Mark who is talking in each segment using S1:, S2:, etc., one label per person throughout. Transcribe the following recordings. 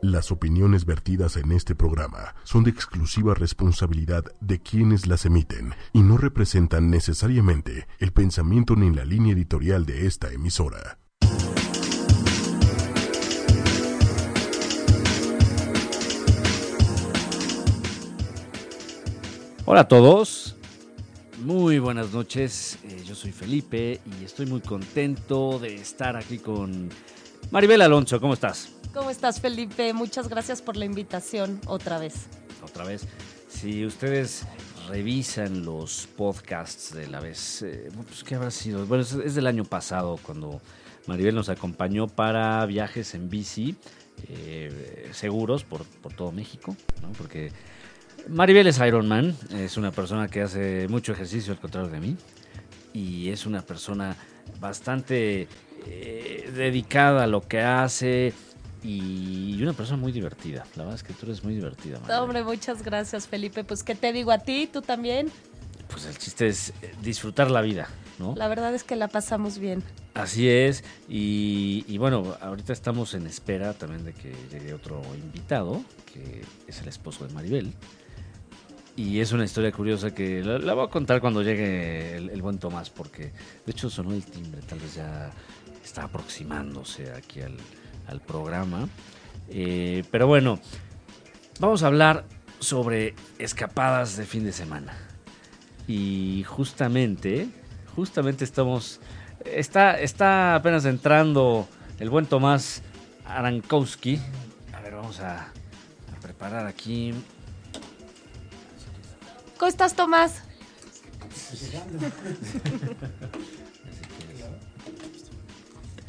S1: Las opiniones vertidas en este programa son de exclusiva responsabilidad de quienes las emiten y no representan necesariamente el pensamiento ni la línea editorial de esta emisora.
S2: Hola a todos. Muy buenas noches. Eh, yo soy Felipe y estoy muy contento de estar aquí con Maribel Alonso. ¿Cómo estás?
S3: ¿Cómo estás, Felipe? Muchas gracias por la invitación otra vez.
S2: Otra vez. Si ustedes revisan los podcasts de la vez, eh, pues, ¿qué habrá sido? Bueno, es, es del año pasado cuando Maribel nos acompañó para viajes en bici eh, seguros por, por todo México, ¿no? Porque Maribel es Iron Man, es una persona que hace mucho ejercicio al contrario de mí y es una persona bastante eh, dedicada a lo que hace y una persona muy divertida. La verdad es que tú eres muy divertida. Maribel.
S3: Hombre, muchas gracias, Felipe. Pues, ¿qué te digo a ti? ¿Tú también?
S2: Pues el chiste es eh, disfrutar la vida, ¿no?
S3: La verdad es que la pasamos bien.
S2: Así es, y, y bueno, ahorita estamos en espera también de que llegue otro invitado, que es el esposo de Maribel. Y es una historia curiosa que la, la voy a contar cuando llegue el, el buen Tomás, porque de hecho sonó el timbre, tal vez ya está aproximándose aquí al, al programa. Eh, pero bueno, vamos a hablar sobre escapadas de fin de semana. Y justamente, justamente estamos, está, está apenas entrando el buen Tomás Arankowski. A ver, vamos a, a preparar aquí
S3: ¿Cómo estás, Tomás?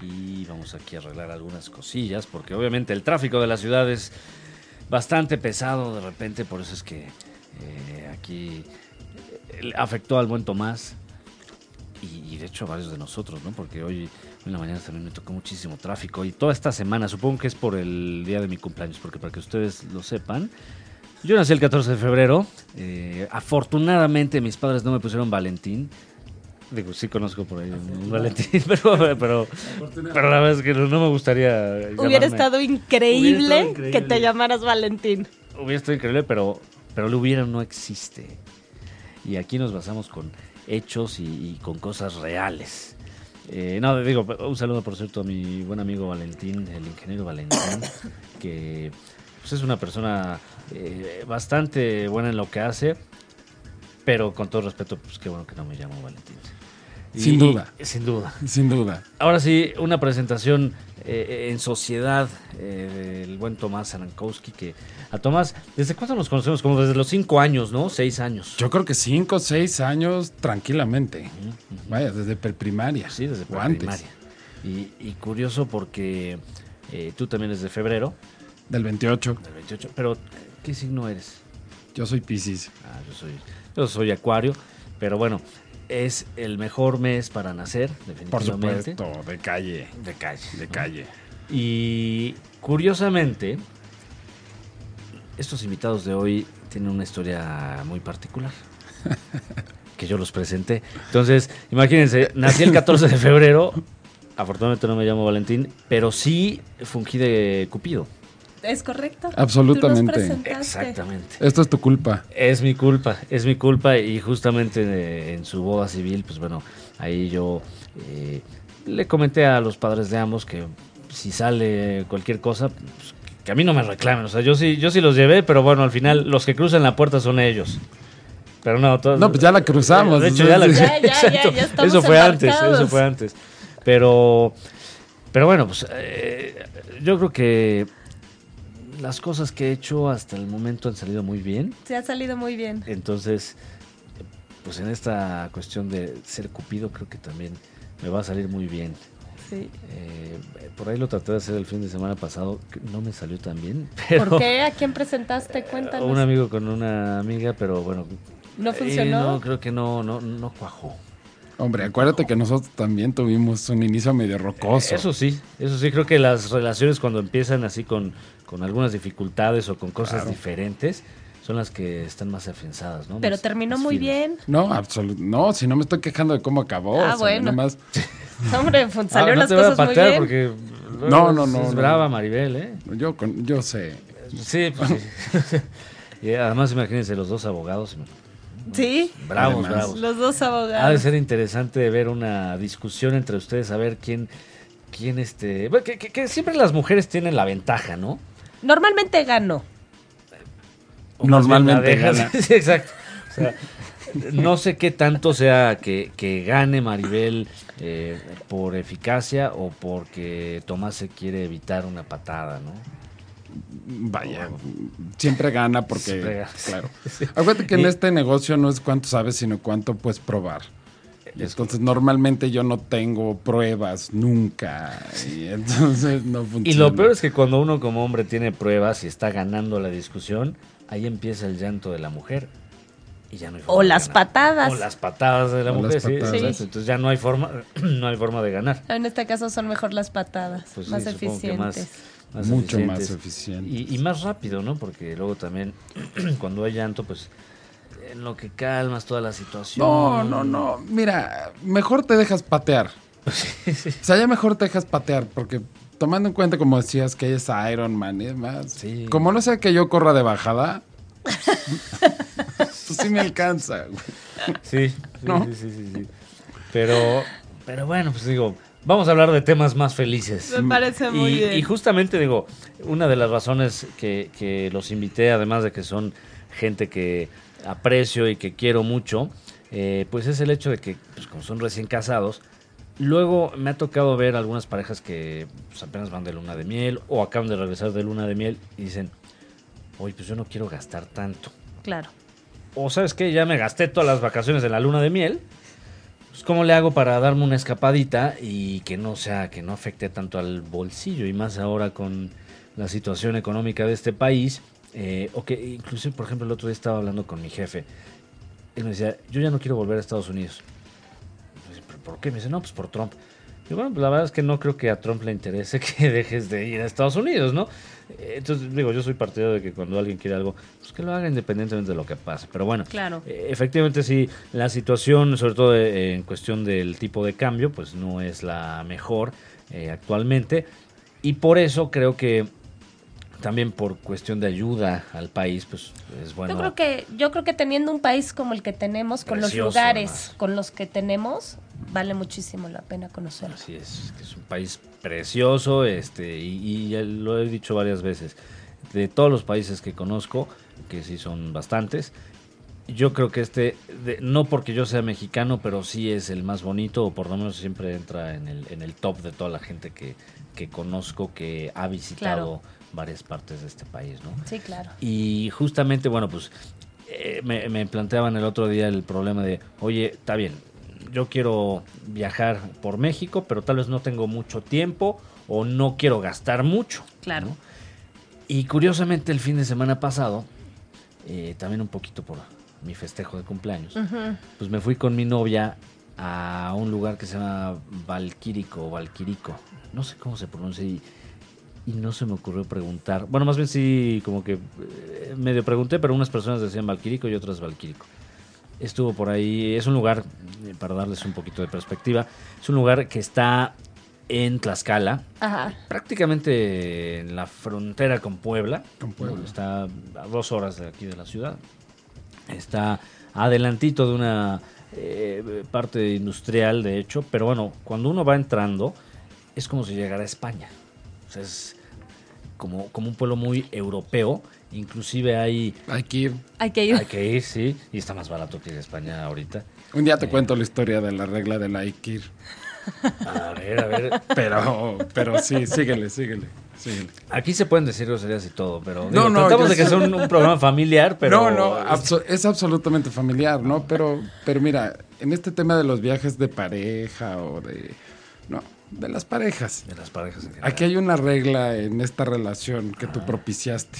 S2: Y vamos aquí a arreglar algunas cosillas, porque obviamente el tráfico de la ciudad es bastante pesado de repente, por eso es que eh, aquí eh, afectó al buen Tomás y, y, de hecho a varios de nosotros, ¿no? Porque hoy, hoy en la mañana también me tocó muchísimo tráfico y toda esta semana, supongo que es por el día de mi cumpleaños, porque para que ustedes lo sepan, yo nací el 14 de febrero. Eh, afortunadamente mis padres no me pusieron Valentín. Digo, sí conozco por ahí un Valentín, pero, pero, pero la verdad es que no, no me gustaría. llamarme-
S3: Hubiera estado increíble
S2: Hubiera estado increíble.
S3: que te llamaras Valentín.
S2: Hubiera estado increíble, pero, pero lo hubiera no existe. Y aquí nos basamos con hechos y, y con cosas reales. Eh, no, digo, un saludo por cierto a mi buen amigo Valentín, el ingeniero Valentín, que pues, es una persona eh, bastante buena en lo que hace, pero con todo respeto, pues qué bueno que no me llamo Valentín.
S4: Sin duda.
S2: Sin duda.
S4: Sin duda.
S2: Ahora sí, una presentación eh, en sociedad eh, del buen Tomás Arankowski, que a Tomás, ¿desde cuándo nos conocemos? Como desde los cinco años, ¿no? Seis años.
S4: Yo creo que cinco o seis años tranquilamente. Vaya, desde preprimaria.
S2: Sí, desde
S4: o antes.
S2: primaria. Y, y curioso porque eh, tú también eres de febrero,
S4: Del 28.
S2: del 28, pero eh, ¿qué signo eres?
S4: Yo soy Piscis.
S2: Ah, yo soy, yo soy acuario, pero bueno, es el mejor mes para nacer, definitivamente.
S4: Por supuesto, de calle.
S2: De calle.
S4: De
S2: ¿no?
S4: calle.
S2: Y curiosamente, estos invitados de hoy tienen una historia muy particular. Que yo los presenté. Entonces, imagínense, nací el 14 de febrero. Afortunadamente no me llamo Valentín, pero sí fungí de Cupido.
S3: ¿Es correcto?
S4: Absolutamente.
S3: Tú nos presentaste.
S2: Exactamente.
S4: Esto es tu culpa.
S2: Es mi culpa, es mi culpa y justamente eh, en su boda civil, pues bueno, ahí yo eh, le comenté a los padres de ambos que si sale cualquier cosa, pues, que a mí no me reclamen, o sea, yo sí, yo sí los llevé, pero bueno, al final los que cruzan la puerta son ellos. Pero no, todos-
S4: No, pues ya la cruzamos.
S2: De hecho, ya la
S3: Ya, ya, ya, ya
S2: Exacto.
S3: estamos
S2: Eso fue antes,
S3: embarcados.
S2: eso fue antes. Pero, pero bueno, pues eh, yo creo que las cosas que he hecho hasta el momento han salido muy bien.
S3: Se ha salido muy
S2: Eh,
S3: bien.
S2: Entonces, pues en esta cuestión de ser cupido creo que también me va a salir muy bien.
S3: Sí.
S2: Eh, por ahí lo traté de hacer el fin de semana pasado, que no me salió tan bien, pero
S3: ¿Por qué? ¿A quién presentaste? Cuéntanos.
S2: un amigo con una amiga, pero bueno,
S3: ¿No
S2: eh,
S3: funcionó?
S2: no, creo que no, no, no cuajó.
S4: Hombre, acuérdate que nosotros también tuvimos un inicio medio rocoso.
S2: Eso sí, eso sí, creo que las relaciones cuando empiezan así con, con algunas dificultades o con cosas
S4: Claro.
S2: diferentes son las que están más afianzadas, ¿no?
S3: Pero
S2: Más-
S3: terminó
S2: más
S3: muy
S2: finas.
S3: bien.
S4: No, absolut no, si no me estoy quejando de cómo acabó.
S3: Ah,
S4: o sea,
S3: bueno.
S4: nada más-
S3: Hombre,
S2: Ah,
S3: salieron
S2: no
S3: las
S2: te voy a
S3: cosas muy
S2: patear
S3: bien.
S2: porque
S4: No, no, no,
S2: Es
S4: no.
S2: brava Maribel, ¿eh?
S4: Yo, con- yo sé.
S2: Sí, pues sí. y además, imagínense los dos abogados.
S3: Sí,
S2: Bravos,
S4: Además.
S2: bravos.
S3: los dos
S2: Ha de
S3: abogados.
S2: ser interesante ver una discusión entre ustedes, a ver quién, quién este... bueno, que, que- que siempre las mujeres tienen la ventaja, ¿no?
S3: Normalmente gano.
S2: O más bien la
S4: Normalmente
S2: dejas-
S4: gana.
S2: Sí, exacto. O sea, no sé qué tanto sea que, que gane Maribel eh, por eficacia o porque Tomás se quiere evitar una patada, ¿no?
S4: Vaya, siempre gana porque.
S2: Siempre gana.
S4: Claro. Acuérdate que en
S2: Y-
S4: este negocio no es cuánto sabes, sino cuánto puedes probar. Y entonces, normalmente yo no tengo pruebas nunca. Y entonces no funciona.
S2: Y lo peor es que cuando uno como hombre tiene pruebas y está ganando la discusión, ahí empieza el llanto de la mujer. Y ya no hay forma
S3: O
S2: de
S3: las
S2: ganar.
S3: patadas.
S2: O las patadas de la
S4: O las
S2: mujer, sí,
S4: patadas. ¿eh?
S2: exacto. Entonces ya no hay forma, no hay forma de ganar.
S3: En este caso son mejor las patadas,
S2: Pues sí,
S3: más
S2: supongo que
S3: eficientes.
S2: más
S4: Mucho más
S2: eficientes.
S4: eficiente.
S2: Y, y más rápido, ¿no? Porque luego también, cuando hay llanto, pues en lo que calmas toda la situación.
S4: No, no, no. Mira, mejor te dejas patear. O sea, ya mejor te dejas patear, porque tomando en cuenta, como decías, que es Iron Man y demás,
S2: Sí.
S4: como no sea que yo corra de bajada, pues sí me alcanza. güey.
S2: Sí, sí,
S4: ¿No?
S2: sí, sí, sí, sí. Pero, pero bueno, pues digo, vamos a hablar de temas más felices.
S3: Me parece muy
S2: Y,
S3: bien.
S2: y justamente digo, una de las razones que, que los invité, además de que son gente que aprecio y que quiero mucho, eh, pues es el hecho de que, pues como son recién casados, luego me ha tocado ver algunas parejas que pues, apenas van de luna de miel o acaban de regresar de luna de miel y dicen, oye, pues yo no quiero gastar tanto.
S3: Claro.
S2: O sabes qué, ya me gasté todas las vacaciones en la luna de miel. Pues cómo le hago para darme una escapadita y que no sea, que no afecte tanto al bolsillo y más ahora con la situación económica de este país. Eh, o que inclusive, por ejemplo, el otro día estaba hablando con mi jefe. Él me decía, yo ya no quiero volver a Estados Unidos. Le dije, "¿Pero ¿Por qué? Me dice, no, pues por Trump. Y bueno, pues la verdad es que no creo que a Trump le interese que dejes de ir a Estados Unidos, ¿no? Eh, Entonces, digo, yo soy partidario de que cuando alguien quiere algo, pues que lo haga independientemente de lo que pase. Pero bueno,
S3: Claro.
S2: eh, efectivamente sí, la situación, sobre todo eh, en cuestión del tipo de cambio, pues no es la mejor eh, actualmente. Y por eso creo que también por cuestión de ayuda al país, pues es bueno.
S3: Yo creo que yo creo que teniendo un país como el que tenemos, con
S2: Precioso,
S3: los lugares
S2: además.
S3: con los que tenemos, vale muchísimo la pena conocerlo.
S2: Así es, que es un país precioso, este, y, y ya lo he dicho varias veces. De todos los países que conozco, que sí son bastantes, yo creo que este, de- no porque yo sea mexicano, pero sí es el más bonito, o por lo menos siempre entra en el, en el top de toda la gente que, que conozco que ha visitado varias partes de este país, ¿no?
S3: Sí, claro.
S2: Y justamente, bueno, pues eh, me, me planteaban el otro día el problema de, oye, está bien, yo quiero viajar por México, pero tal vez no tengo mucho tiempo o no quiero gastar mucho.
S3: Claro.
S2: ¿no? Y curiosamente el fin de semana pasado, eh, también un poquito por mi festejo de cumpleaños,
S3: Ujú.
S2: pues me fui con mi novia a un lugar que se llama Valquírico o Valquirico. No sé cómo se pronuncia y, y no se me ocurrió preguntar. Bueno, más bien sí, como que eh, medio pregunté, pero unas personas decían Valquírico y otras Valquírico. Estuvo por ahí, es un lugar, eh, para darles un poquito de perspectiva, es un lugar que está en Tlaxcala,
S3: Ajá.
S2: prácticamente en la frontera con Puebla.
S4: Con Puebla.
S2: ¿no? Está a dos horas de aquí de la ciudad. Está adelantito de una eh, parte industrial, de hecho. Pero bueno, cuando uno va entrando, es como si llegara a España. O sea, es como, como un pueblo muy europeo. Inclusive hay...
S4: Hay que ir.
S3: Hay que ir.
S2: Hay que ir, sí. Y está más barato que ir a España ahorita.
S4: Un día te cuento la historia de la regla del hay que ir.
S2: A ver, a ver.
S4: Pero, pero sí, síguele, síguele. síguele.
S2: Aquí se pueden decir groserías y todo, pero
S4: No,
S2: digo,
S4: no,
S2: tratamos
S4: yo
S2: de que
S4: sé.
S2: sea un, un programa familiar, pero
S4: No, no, abso- es absolutamente familiar, ¿no? Pero, pero mira, en este tema de los viajes de pareja o de. No, de las parejas.
S2: de las parejas. en general.
S4: Aquí hay una regla en esta relación que tú propiciaste,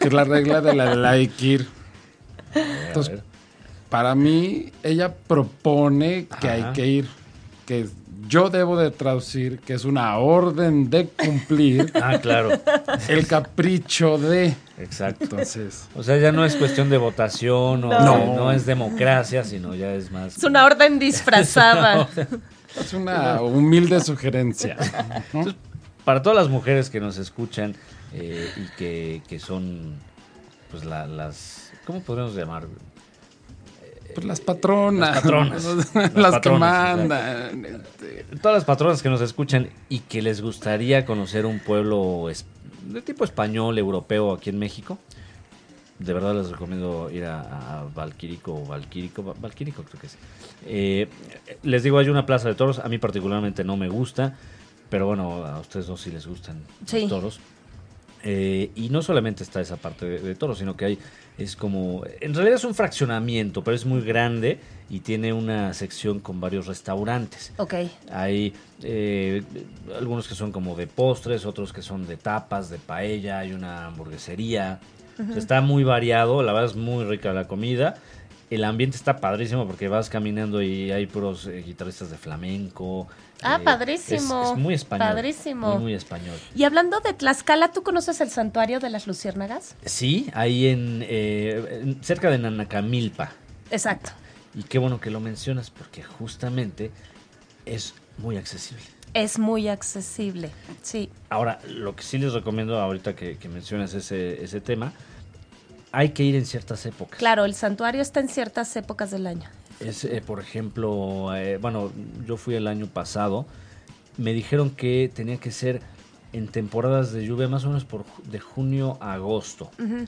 S4: que es la regla de la de la Ikir.
S2: A
S4: Entonces,
S2: ver.
S4: para mí, ella propone que
S2: Ajá.
S4: hay que ir, que yo debo de traducir, que es una orden de cumplir
S2: Ah, claro,
S4: el capricho de...
S2: exacto.
S4: Entonces,
S2: O sea, ya no es cuestión de votación o
S3: No.
S2: de- no. es democracia, sino ya es más.
S3: Es una orden disfrazada.
S4: es una humilde sugerencia. ¿no?
S2: para todas las mujeres que nos escuchan eh, y que, que son, pues, la- las. ¿Cómo podríamos llamar?
S4: Pues las patronas.
S2: Las patronas.
S4: Las,
S2: Las
S4: que
S2: patronas,
S4: mandan. este,
S2: Todas las patronas que nos escuchan y que les gustaría conocer un pueblo es- de tipo español, europeo, aquí en México. De verdad les recomiendo ir a, a Valquírico o Valquírico, Va- Valquírico creo que es. Eh, les digo, hay una plaza de toros, a mí particularmente no me gusta, pero bueno, a ustedes dos sí les gustan
S3: Sí.
S2: los toros. Eh, y no solamente está esa parte de, de toros, sino que hay, es como, en realidad es un fraccionamiento, pero es muy grande y tiene una sección con varios restaurantes.
S3: Ok.
S2: Hay eh, algunos que son como de postres, otros que son de tapas, de paella, hay una hamburguesería. O sea, está muy variado, la verdad es muy rica la comida. El ambiente está padrísimo porque vas caminando y hay puros eh, guitarristas de flamenco.
S3: Ah,
S2: Eh,
S3: padrísimo,
S2: Es, es muy español.
S3: padrísimo.
S2: Muy, muy español.
S3: Y hablando de Tlaxcala, ¿tú conoces el santuario de las luciérnagas?
S2: Sí, ahí en, eh, en- cerca de Nanacamilpa.
S3: Exacto.
S2: Y qué bueno que lo mencionas porque justamente es muy accesible.
S3: Es muy accesible. Sí.
S2: Ahora, lo que sí les recomiendo ahorita que, que mencionas ese, ese tema, hay que ir en ciertas épocas.
S3: Claro, el santuario está en ciertas épocas del año.
S2: Es, eh, por ejemplo, eh, bueno, yo fui el año pasado, me dijeron que tenía que ser en temporadas de lluvia, más o menos por, ju- de junio a agosto.
S3: Ujú.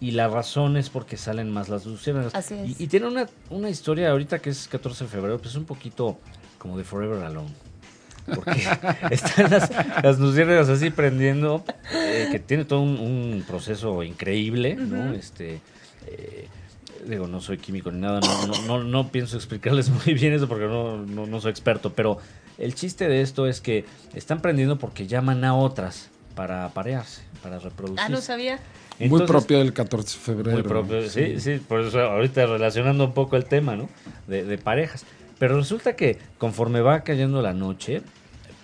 S2: Y la razón es porque salen más las luciérnagas.
S3: Así es.
S2: Y, y tiene una, una historia ahorita que es 14 de febrero, pues es un poquito como de Forever Alone. Porque están las, las luciérnagas así prendiendo, eh, que tiene todo un, un proceso increíble, ¿no? Este, eh, digo, no soy químico ni nada, no, no, no, no pienso explicarles muy bien eso porque no, no, no soy experto, pero el chiste de esto es que están prendiendo porque llaman a otras para parearse, para reproducirse.
S3: Ah, no sabía.
S4: muy
S2: Entonces,
S4: propio del 14 de febrero.
S2: muy propio, sí, sí, por eso ahorita relacionando un poco el tema, ¿no? De, de parejas. Pero resulta que conforme va cayendo la noche,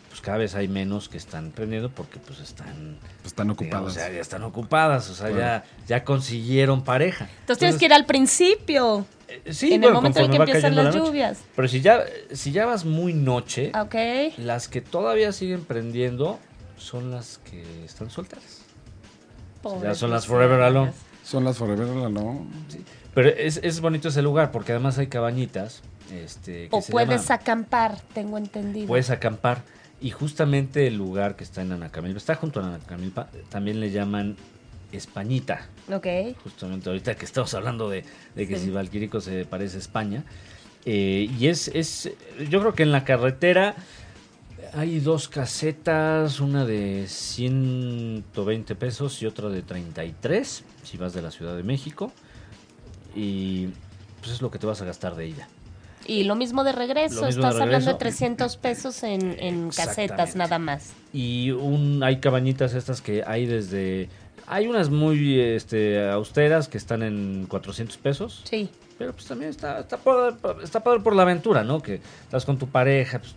S2: pues cada vez hay menos que están prendiendo porque pues están
S4: Pues Están
S2: digamos,
S4: ocupadas.
S2: ya, ya están ocupadas, o sea, ya, ya consiguieron pareja.
S3: Entonces tienes que ir al principio,
S2: ir sí,
S3: en el
S2: bueno,
S3: momento en el que
S2: conforme va
S3: empiezan
S2: cayendo
S3: las
S2: la noche.
S3: lluvias. Ah,
S2: Pero si ya, si ya vas muy noche,
S3: Ok.
S2: las que todavía siguen prendiendo son las que están solteras.
S3: Pobres
S2: son las Forever Alone.
S4: Son las Forever Alone.
S2: Pero es, es bonito ese lugar porque además hay cabañitas. Este, que
S3: O
S2: se Pues,
S3: puedes
S2: llaman-
S3: acampar, tengo entendido.
S2: puedes acampar. Y justamente el lugar que está en Anacamilpa, está junto a Anacamilpa, también le llaman Españita.
S3: ok.
S2: Justamente ahorita que estamos hablando de, de que si Valquírico se parece a España. Eh, y es, es, yo creo que en la carretera hay dos casetas, una de 120 pesos y otra de 33, si vas de la Ciudad de México. Y pues es lo que te vas a gastar de ida.
S3: Y lo mismo de regreso,
S2: Lo mismo de
S3: estás hablando de
S2: regreso.
S3: 300 pesos en, en casetas
S2: Exactamente.
S3: nada más.
S2: y un, hay cabañitas estas que hay desde... Hay unas muy este, austeras que están en 400 pesos,
S3: Sí.
S2: pero pues también está, está, padre, está padre por la aventura, ¿no? Que estás con tu pareja, pues,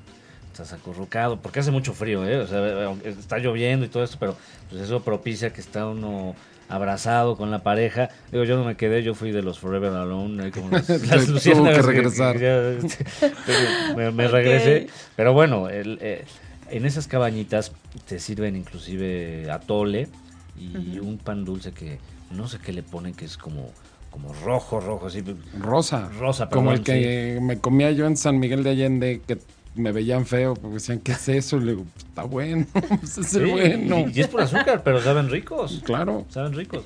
S2: estás acurrucado, porque hace mucho frío, ¿eh? O sea, aunque está lloviendo y todo esto, pero pues eso propicia que está uno abrazado con la pareja. Digo, yo no me quedé, yo fui de los Forever Alone, ¿eh? como las,
S4: Te
S2: las
S4: tuvo que
S2: luciérnagas
S4: regresar.
S2: ya, este, entonces, me, me regresé. Pero bueno, el, eh, en esas cabañitas te sirven inclusive atole y un pan dulce que no sé qué le ponen, que es como, como rojo, rojo, así.
S4: Rosa.
S2: Rosa,
S4: Como
S2: perdón,
S4: el que me comía yo en San Miguel de Allende, que me veían feo, porque decían, ¿qué es eso? Y le digo, está bueno, pues es el
S2: Sí,
S4: bueno.
S2: Y, y es por azúcar, pero saben ricos.
S4: Claro.
S2: Saben ricos.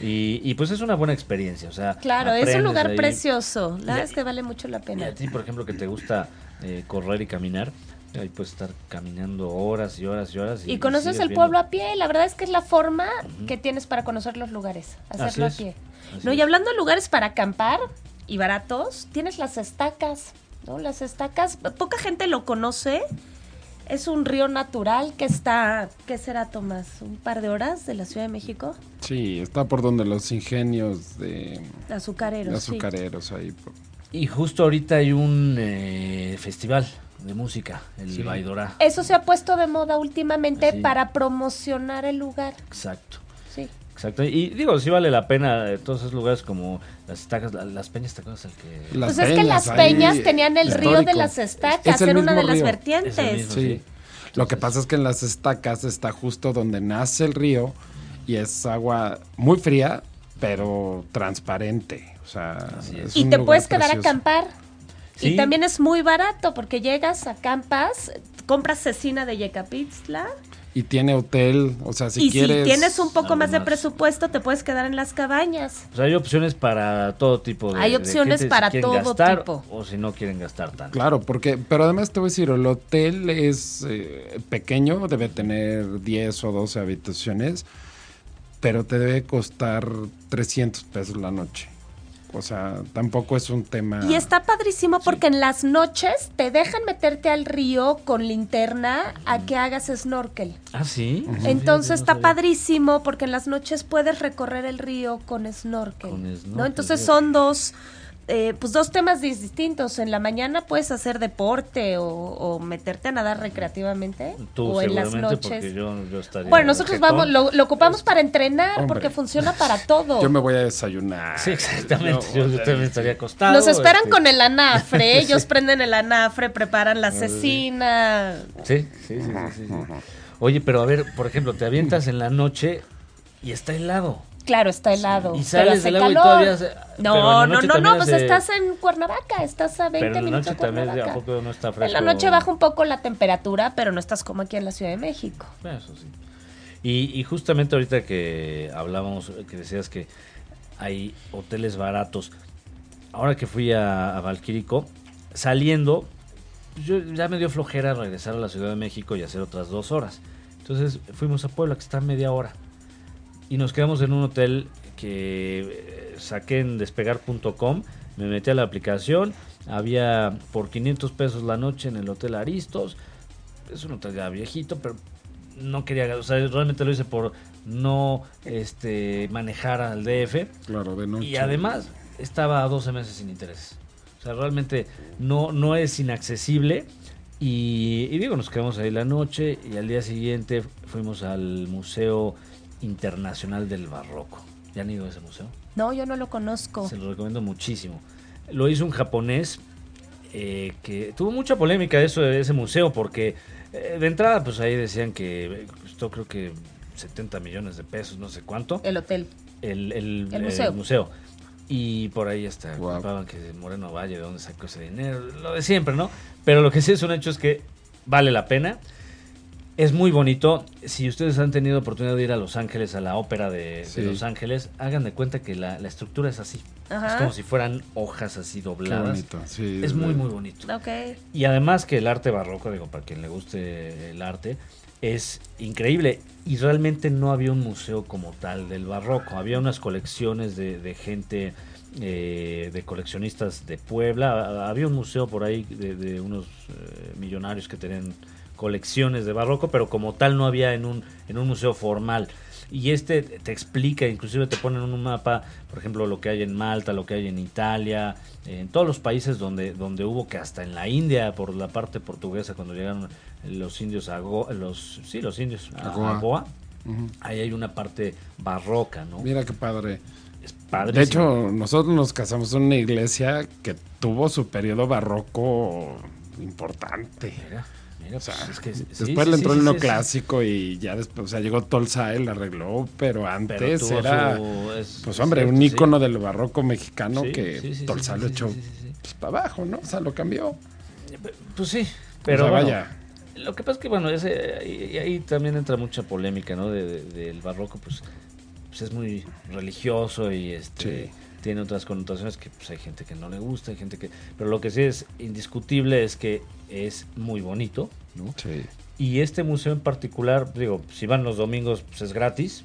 S2: Y, y pues es una buena experiencia. O sea,
S3: Claro, es un
S2: aprendes
S3: lugar
S2: ahí.
S3: precioso. La
S2: Ya-
S3: verdad es que vale mucho la
S2: Y
S3: pena.
S2: a ti, por ejemplo, que te gusta eh, correr y caminar, ahí puedes estar caminando horas y horas y horas.
S3: Y conoces
S2: sigues
S3: el
S2: viendo.
S3: pueblo a pie, la verdad es que es la forma que tienes para conocer los lugares, hacerlo a
S2: es,
S3: pie.
S2: así
S3: No, y
S2: es.
S3: hablando de lugares para acampar y baratos, tienes las estacas, ¿no? Las estacas, poca gente lo conoce. Es un río natural que está, ¿qué será, Tomás? ¿Un par de horas de la Ciudad de México?
S4: Sí, está por donde los ingenios de,
S3: Azucareros,
S4: de
S3: sí.
S4: azucareros ahí. por-
S2: Y justo ahorita hay un eh, festival de música, el Baidora.
S3: Eso se ha puesto de moda últimamente
S2: Sí.
S3: para promocionar el lugar,
S2: Exacto.
S3: sí.
S2: Exacto, y digo, sí vale la pena eh, todos esos lugares como las estacas, la- las peñas, ¿te acuerdas? El que...
S4: Las
S3: pues es que las
S4: ahí,
S3: peñas tenían el río de
S4: histórico.
S3: las
S4: Es
S3: estacas,
S4: el
S3: era una de
S4: mismo
S3: las
S2: Es
S4: río.
S2: el
S3: vertientes.
S2: mismo,
S4: Sí. Lo que pasa es que en las estacas está justo donde nace el río y es agua muy fría, pero transparente. O sea,
S2: es.
S4: es
S3: Y
S4: un
S3: te
S4: lugar
S3: puedes quedar
S4: precioso.
S3: a acampar.
S2: Sí.
S3: Y también es muy barato porque llegas, acampas, compras cecina de Yecapitzla
S4: Y tiene hotel, o sea, si
S3: y
S4: quieres.
S3: si tienes un poco
S2: algo
S3: más de
S2: más.
S3: presupuesto te puedes quedar en las cabañas.
S2: O sea, pues hay opciones para todo tipo de
S3: Hay
S2: de
S3: opciones
S2: gente, si
S3: para
S2: quieren
S3: todo
S2: gastar
S3: tipo.
S2: O si no quieren gastar tanto.
S4: Claro, porque, pero además te voy a decir, el hotel es eh, pequeño, debe tener 10 o 12 habitaciones, pero te debe costar 300 pesos la noche. O sea, tampoco es un tema...
S3: Y está padrísimo porque en las noches te dejan meterte al río con linterna a que hagas snorkel.
S2: Ah, sí.
S3: Entonces
S2: Sí,
S3: está
S2: no sabía.
S3: padrísimo porque en las noches puedes recorrer el río con snorkel.
S2: Con snorkel,
S3: ¿no? Entonces
S2: sí.
S3: son dos, eh, pues dos temas dis- distintos. En la mañana puedes hacer deporte o, o meterte a nadar recreativamente.
S2: Tú
S3: o en las
S2: seguramente,
S3: noches.
S2: porque yo, yo estaría.
S3: Bueno, nosotros
S2: jetón.
S3: vamos, lo, lo ocupamos para entrenar
S4: Hombre.
S3: porque funciona para todo.
S4: Yo me voy a desayunar.
S2: Sí, exactamente.
S4: No,
S2: yo,
S4: o
S2: yo
S4: sea,
S2: también estaría acostado.
S3: Nos esperan
S2: este,
S3: con el anafre, ellos prenden el anafre, preparan la cecina.
S2: Sí, sí, sí, sí, sí, sí. Oye, pero a ver, por ejemplo, te avientas en la noche y está helado.
S3: Claro, está helado.
S2: Y sales
S3: pero hace
S2: del agua y
S3: calor.
S2: todavía hace- pero
S3: No,
S2: en la
S3: no,
S2: noche
S3: no, no,
S2: también
S3: pues
S2: hace-
S3: estás en Cuernavaca, estás a 20
S2: Pero en la
S3: minutos
S2: noche
S3: de
S2: también,
S3: Cuernavaca.
S2: ¿a poco no está fresco?
S3: En la noche baja un poco la temperatura, pero no estás como aquí en la Ciudad de México.
S2: Bueno, Eso sí. Y, y justamente ahorita que hablábamos, que decías que hay hoteles baratos. Ahora que fui a, a Valquírico, saliendo, pues yo ya me dio flojera regresar a la Ciudad de México y hacer otras dos horas. Entonces fuimos a Puebla, que está a media hora. Y nos quedamos en un hotel que eh, saqué en despegar.com. Me metí a la aplicación. Había por 500 pesos la noche en el Hotel Aristos. Es un hotel ya viejito, pero no quería. O sea, realmente lo hice por no este, manejar al DF.
S4: Claro, de noche.
S2: Y además estaba a 12 meses sin interés. O sea, realmente no, no es inaccesible. Y, y digo, nos quedamos ahí la noche y al día siguiente fuimos al Museo Internacional del Barroco. ¿Ya han ido a ese museo?
S3: No, yo no lo conozco.
S2: Se lo recomiendo muchísimo. Lo hizo un japonés eh, que tuvo mucha polémica eso de ese museo porque eh, de entrada pues ahí decían que costó creo que 70 millones de pesos, no sé cuánto
S3: El hotel.
S2: el, el-
S3: El
S2: el museo.
S3: museo.
S2: Y por ahí está,
S4: Guau.
S2: culpaban que Moreno Valle, de dónde sacó ese dinero, lo de siempre, ¿no? Pero lo que sí es un hecho es que vale la pena. Es muy bonito. Si ustedes han tenido oportunidad de ir a Los Ángeles, a la ópera de, de
S4: Sí.
S2: Los Ángeles, hagan de cuenta que la, la estructura es así. Es
S3: Ajá.
S2: como si fueran hojas así
S4: Qué
S2: dobladas.
S4: bonito. Sí,
S2: Es muy,
S4: de-
S2: muy bonito.
S3: Ok.
S2: Y además que el arte barroco, digo, para quien le guste el arte, es increíble. Y realmente no había un museo como tal del barroco. Había unas colecciones de, de gente, eh, de coleccionistas de Puebla. Había un museo por ahí de, de unos eh, millonarios que tenían colecciones de barroco, pero como tal no había en un, en un museo formal. Y este te explica, inclusive te ponen un mapa, por ejemplo, lo que hay en Malta, lo que hay en Italia, en todos los países donde, donde hubo que hasta en la India, por la parte portuguesa, cuando llegaron los indios a Go- los sí, los indios a,
S4: A Goa.
S2: a Goa,
S4: Ujú.
S2: ahí hay una parte barroca, ¿no?
S4: Mira qué padre.
S2: Es padre.
S4: De hecho, nosotros nos casamos en una iglesia que tuvo su periodo barroco importante.
S2: mira, mira,
S4: O sea,
S2: pues es que sí,
S4: después
S2: sí,
S4: le
S2: sí,
S4: entró
S2: sí,
S4: el
S2: sí, sí.
S4: neoclásico y ya después, o sea, llegó Tolsa, él arregló, pero
S2: Pero
S4: antes
S2: tuvo
S4: era,
S2: su- es-
S4: pues
S2: es
S4: hombre,
S2: cierto,
S4: un
S2: sí.
S4: ícono del barroco mexicano
S2: Sí,
S4: que
S2: sí, sí,
S4: Tolsa
S2: sí,
S4: lo
S2: sí,
S4: echó
S2: sí, sí,
S4: pues, para abajo, ¿no? O sea, lo cambió.
S2: sí. Pues sí, pero
S4: O sea,
S2: bueno,
S4: vaya.
S2: Lo que pasa es que, bueno, ese, ahí, ahí también entra mucha polémica, ¿no? De- de- del barroco, pues, pues es muy religioso y este,
S4: Sí.
S2: tiene otras connotaciones que pues, hay gente que no le gusta, hay gente que... Pero lo que sí es indiscutible es que es muy bonito, ¿no?
S4: Sí.
S2: Y este museo en particular, digo, si van los domingos, pues es gratis.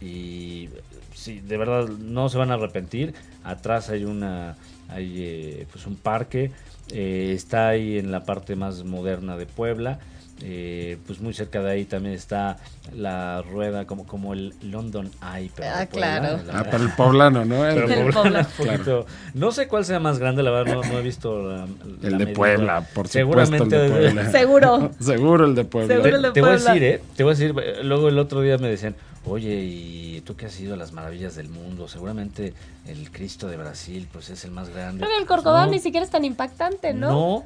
S2: Y sí, de verdad no se van a arrepentir. Atrás hay una hay eh, pues un parque. eh, está ahí en la parte más moderna de Puebla. eh, pues muy cerca de ahí también está la rueda, como, como el London Eye. Pero de
S3: Ah,
S2: Puebla,
S3: claro.
S2: la-
S4: Ah, pero el poblano, ¿no? El,
S2: pero
S3: El
S2: poblana,
S3: poblano.
S2: un poquito. No sé cuál sea más grande, la verdad, no, no he visto la- la
S4: el de
S2: medida.
S4: Puebla, por supuesto, el
S2: Seguramente
S4: de
S2: debe-
S4: Puebla.
S3: Seguro.
S4: Seguro el de Puebla.
S3: Seguro el de-
S2: te, te voy a
S3: Puebla.
S2: decir, ¿eh? Te voy a decir, eh, luego el otro día me decían, oye, ¿y tú que has ido a las maravillas del mundo? Seguramente el Cristo de Brasil, pues es el más grande.
S3: Creo que el Corcovado
S2: No,
S3: ni siquiera es tan impactante, ¿no?
S2: No,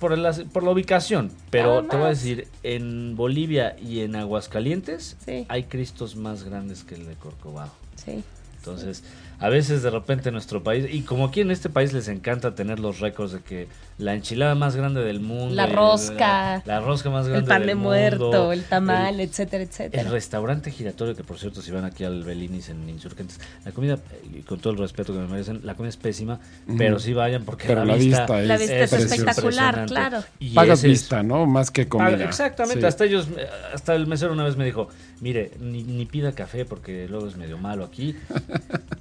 S2: por la, por la ubicación, pero
S3: Nada
S2: te voy a
S3: más.
S2: decir, en Bolivia y en Aguascalientes
S3: Sí.
S2: hay cristos más grandes que el de Corcovado.
S3: Sí.
S2: Entonces, a veces de repente en nuestro país, y como aquí en este país les encanta tener los récords de que la enchilada más grande del mundo,
S3: La
S2: y
S3: rosca,
S2: la, la rosca más grande
S3: El pan
S2: del
S3: de
S2: mundo,
S3: muerto, el tamal,
S2: el-
S3: etcétera, etcétera.
S2: el restaurante giratorio, que por cierto, si van aquí al Belinis en Insurgentes, la comida, eh, con todo el respeto que me merecen, la comida es pésima, pero sí vayan porque
S4: Pero la vista
S3: La vista es
S4: preciosa.
S3: espectacular,
S2: impresionante.
S3: claro.
S2: Y
S4: Pagas
S2: ese es-
S4: vista, ¿no? Más que comida.
S2: Ah, exactamente,
S4: Sí.
S2: hasta ellos, eh, hasta el mesero una vez me dijo, mire, ni, ni pida café porque luego es medio malo aquí,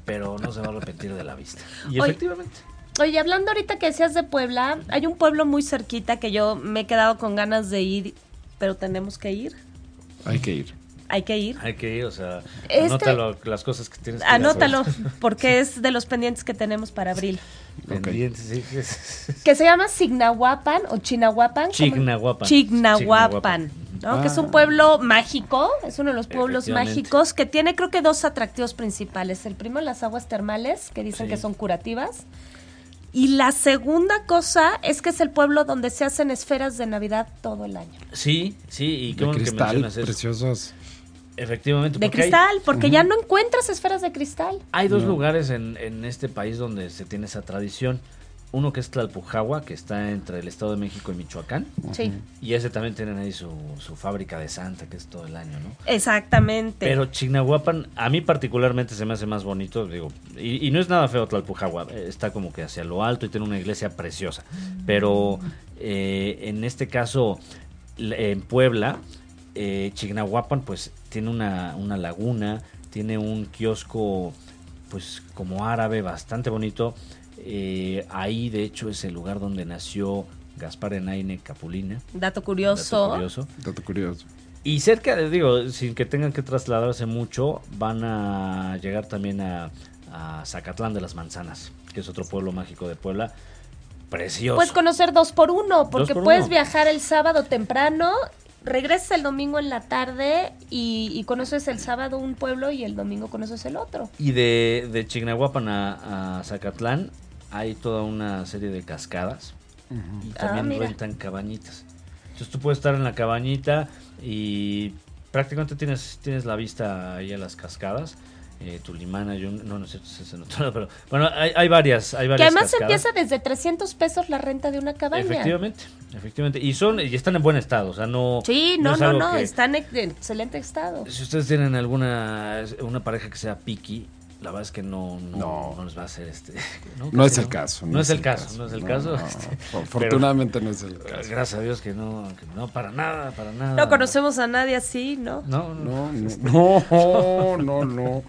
S2: pero no se va a arrepentir de la vista. Y
S3: Oye.
S2: efectivamente.
S3: Oye, hablando ahorita que decías de Puebla, hay un pueblo muy cerquita que yo me he quedado con ganas de ir, pero tenemos que ir.
S4: Hay que ir.
S3: Hay que ir.
S2: Hay que ir, o sea,
S3: Este-
S2: anótalo las cosas que tienes que ir a hacer.
S3: Anótalo, porque es de los pendientes que tenemos para abril.
S2: Pendientes, sí, sí, sí, sí.
S3: Que se llama Signahuapan o Chignahuapan. ¿cómo?
S2: Chignahuapan.
S3: Chignahuapan.
S2: Chignahuapan.
S3: ¿no? Que es un
S4: Ah.
S3: pueblo mágico, es uno de los pueblos
S2: Efectivamente.
S3: mágicos que tiene creo que dos atractivos principales. El primero, las aguas termales, que dicen
S2: Sí.
S3: que son curativas. Y la segunda cosa es que es el pueblo donde se hacen esferas de Navidad todo el año.
S2: Sí, sí, y qué
S4: De
S2: bueno que
S4: cristal,
S2: mencionas eso.
S4: preciosos.
S2: Efectivamente.
S3: De
S2: porque hay-
S3: cristal, porque ya no encuentras esferas de cristal.
S2: Hay dos lugares en, en este país donde se tiene esa tradición. Uno que es Tlalpujahua, que está entre el Estado de México y Michoacán.
S3: Sí,
S2: Y ese también tienen ahí su, su fábrica de Santa, que es todo el año, ¿no?
S3: exactamente.
S2: Pero Chignahuapan, a mí particularmente se me hace más bonito, digo, y, y no es nada feo Tlalpujahua, eh, está como que hacia lo alto y tiene una iglesia preciosa. Pero eh, en este caso, l- en Puebla, eh, Chignahuapan pues tiene una, una laguna, tiene un kiosco pues como árabe bastante bonito. Eh, ahí de hecho es el lugar donde nació Gaspar Enaine Capulina.
S3: Dato
S2: dato
S3: curioso.
S2: curioso.
S4: Dato curioso.
S2: Y cerca, de- digo, sin que tengan que trasladarse mucho, van a llegar también a, a Zacatlán de las Manzanas, que es otro pueblo mágico de Puebla. Precioso.
S3: Puedes Pues conocer dos por uno, porque
S2: por
S3: puedes
S2: uno.
S3: viajar el sábado temprano, regresas el domingo en la tarde y, y conoces el sábado un pueblo y el domingo conoces el otro.
S2: y de, de Chignahuapan a, a Zacatlán hay toda una serie de cascadas y
S3: Ah,
S2: también
S3: mira.
S2: rentan cabañitas. Entonces tú puedes estar en la cabañita y prácticamente tienes, tienes la vista ahí a las cascadas. Eh, Tulimana, yo no, no sé si se notó, pero bueno, hay, hay varias, hay
S3: Que
S2: varias
S3: además
S2: cascadas.
S3: empieza desde 300 pesos la renta de una cabaña.
S2: Efectivamente, efectivamente. Y son, y están en buen estado, o sea, no.
S3: Sí, no,
S2: es
S3: no,
S2: algo
S3: no,
S2: que-
S3: está en ex- en excelente estado.
S2: Si ustedes tienen alguna, una pareja que sea piqui, la verdad es que no, no,
S4: No.
S2: no les va a hacer este.
S4: No
S2: casi
S4: es el caso.
S2: No, es el caso, no es el caso.
S4: no, no.
S2: este,
S4: Af- Afortunadamente no es el
S2: pero,
S4: caso.
S2: gracias a Dios que no, que no, para nada, para nada.
S3: No conocemos a nadie así, ¿no?
S2: No, no,
S4: No, no, no, no. no.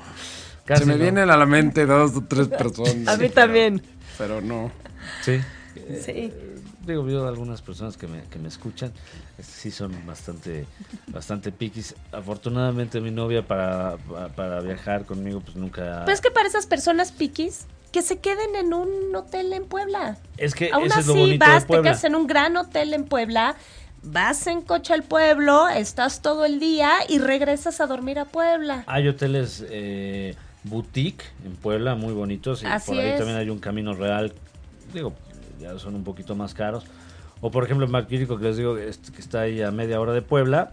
S2: casi
S4: Se me
S2: no.
S4: vienen a la mente dos o tres
S3: A
S4: personas.
S3: mí también.
S4: Pero no.
S2: Sí. Eh,
S3: Sí.
S2: Digo, veo algunas personas que me, que me escuchan, este, sí son bastante, bastante piquis. Afortunadamente mi novia para, para, para viajar conmigo pues nunca...
S3: Pero es que para esas personas piquis, que se queden en un hotel en Puebla.
S2: Es que
S3: Aún
S2: eso es lo
S3: así,
S2: bonito de
S3: vas, te
S2: Puebla.
S3: quedas en un gran hotel en Puebla, vas en coche al pueblo, estás todo el día y regresas a dormir a Puebla.
S2: Hay hoteles eh, boutique en Puebla muy bonitos y
S3: Así
S2: por ahí
S3: es.
S2: también hay un camino real, digo, ya son un poquito más caros. O por ejemplo, en Marquírico, que les digo que est- que está ahí a media hora de Puebla,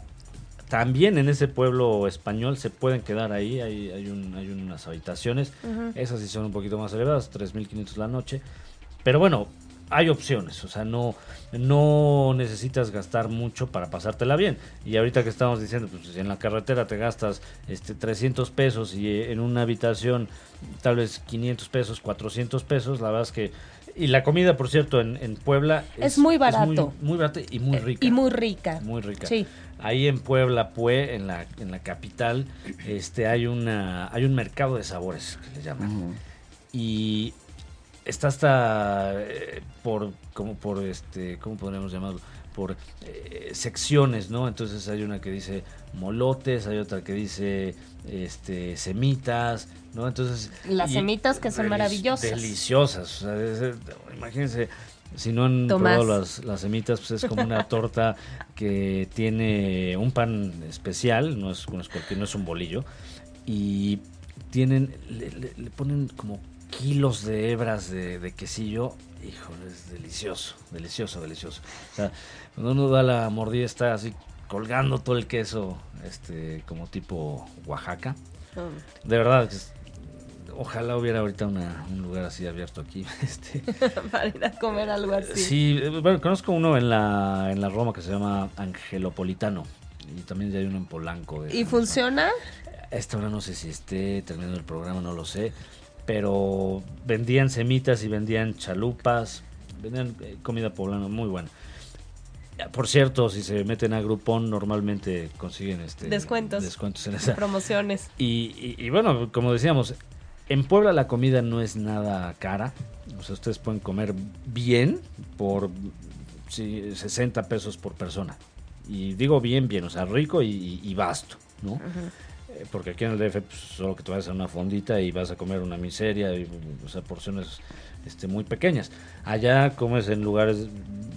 S2: también en ese pueblo español se pueden quedar ahí, hay, hay, un- hay unas habitaciones, esas sí son un poquito más elevadas, 3.500 la noche, pero bueno, hay opciones, o sea, no, no necesitas gastar mucho para pasártela bien. Y ahorita que estamos diciendo, pues si en la carretera te gastas este 300 pesos y eh, en una habitación tal vez 500 pesos, 400 pesos, la verdad es que... Y la comida, por cierto, en, en Puebla
S3: Es muy barato. Eh,
S2: muy, barata y muy rica.
S3: Y muy rica.
S2: Muy rica.
S3: Sí.
S2: Ahí en Puebla, Pue, en la, en la capital, este, hay, una, hay un mercado de sabores, que le llaman. Y está hasta eh, por, como por este, ¿cómo podríamos llamarlo? Por eh, secciones, ¿no? Entonces hay una que dice molotes, hay otra que dice este, semitas, ¿no? Entonces...
S3: Las semitas que son
S2: deli-
S3: maravillosas.
S2: Deliciosas. o sea, es- es- imagínense, si no han
S3: Tomás.
S2: probado las, las semitas, pues es como una torta que tiene un pan especial, no es, no es cualquier, no es un bolillo, y tienen, le, le- le ponen como kilos de hebras de, de quesillo Híjole, es delicioso, delicioso, delicioso. O sea, cuando uno da la mordida está así colgando todo el queso, este, como tipo Oaxaca. De verdad, que es- ojalá hubiera ahorita una- un lugar así abierto aquí. Este,
S3: Para ir a comer algo así.
S2: Sí, eh, bueno, conozco uno en la, en la Roma que se llama Angelopolitano. Y también ya hay uno en Polanco. de-
S3: ¿Y funciona?
S2: A esta hora no sé si esté terminando el programa, no lo sé. Pero vendían semitas y vendían chalupas. Vendían eh, comida poblana muy buena. Eh, Por cierto, si se meten a Groupon, normalmente consiguen este
S3: Descuentos.
S2: descuentos en esa.
S3: Promociones.
S2: Y, y- y bueno, como decíamos, en Puebla la comida no es nada cara. O sea, ustedes pueden comer bien por sí, 60 pesos por persona. Y digo bien, bien, o sea, rico y, y- y vasto, ¿no? Eh, Porque aquí en el DF pues, solo que te vas a una fondita y vas a comer una miseria, y, o sea, porciones este, muy pequeñas. Allá comes en lugares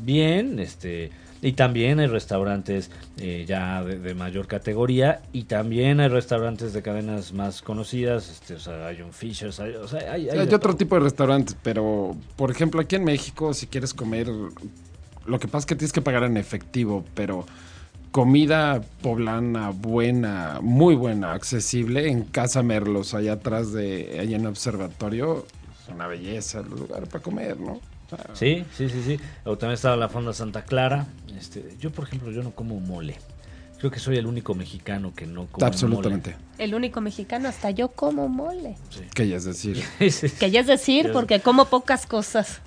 S2: bien, este, y también hay restaurantes eh, ya de, de mayor categoría, y también hay restaurantes de cadenas más conocidas, este, o sea, hay un Fisher's, hay, o sea, hay- hay
S4: Hay
S2: de
S4: otro
S2: todo.
S4: tipo de restaurantes, pero por ejemplo aquí en México si quieres comer, lo que pasa es que tienes que pagar en efectivo, pero comida poblana buena, muy buena, accesible en Casa Merlos, allá atrás de, allá en Observatorio, es una belleza el lugar para comer, ¿no?
S2: Sí, sí, sí, sí. O también estaba la Fonda Santa Clara. Este, yo, por ejemplo, yo no como mole. Creo que soy el único mexicano que no come
S4: Absolutamente,
S3: El único mexicano, hasta yo como mole.
S4: que ya es decir.
S2: mole. Sí, sí,
S3: Que ya es decir,
S2: Ya sé.
S3: porque como pocas cosas.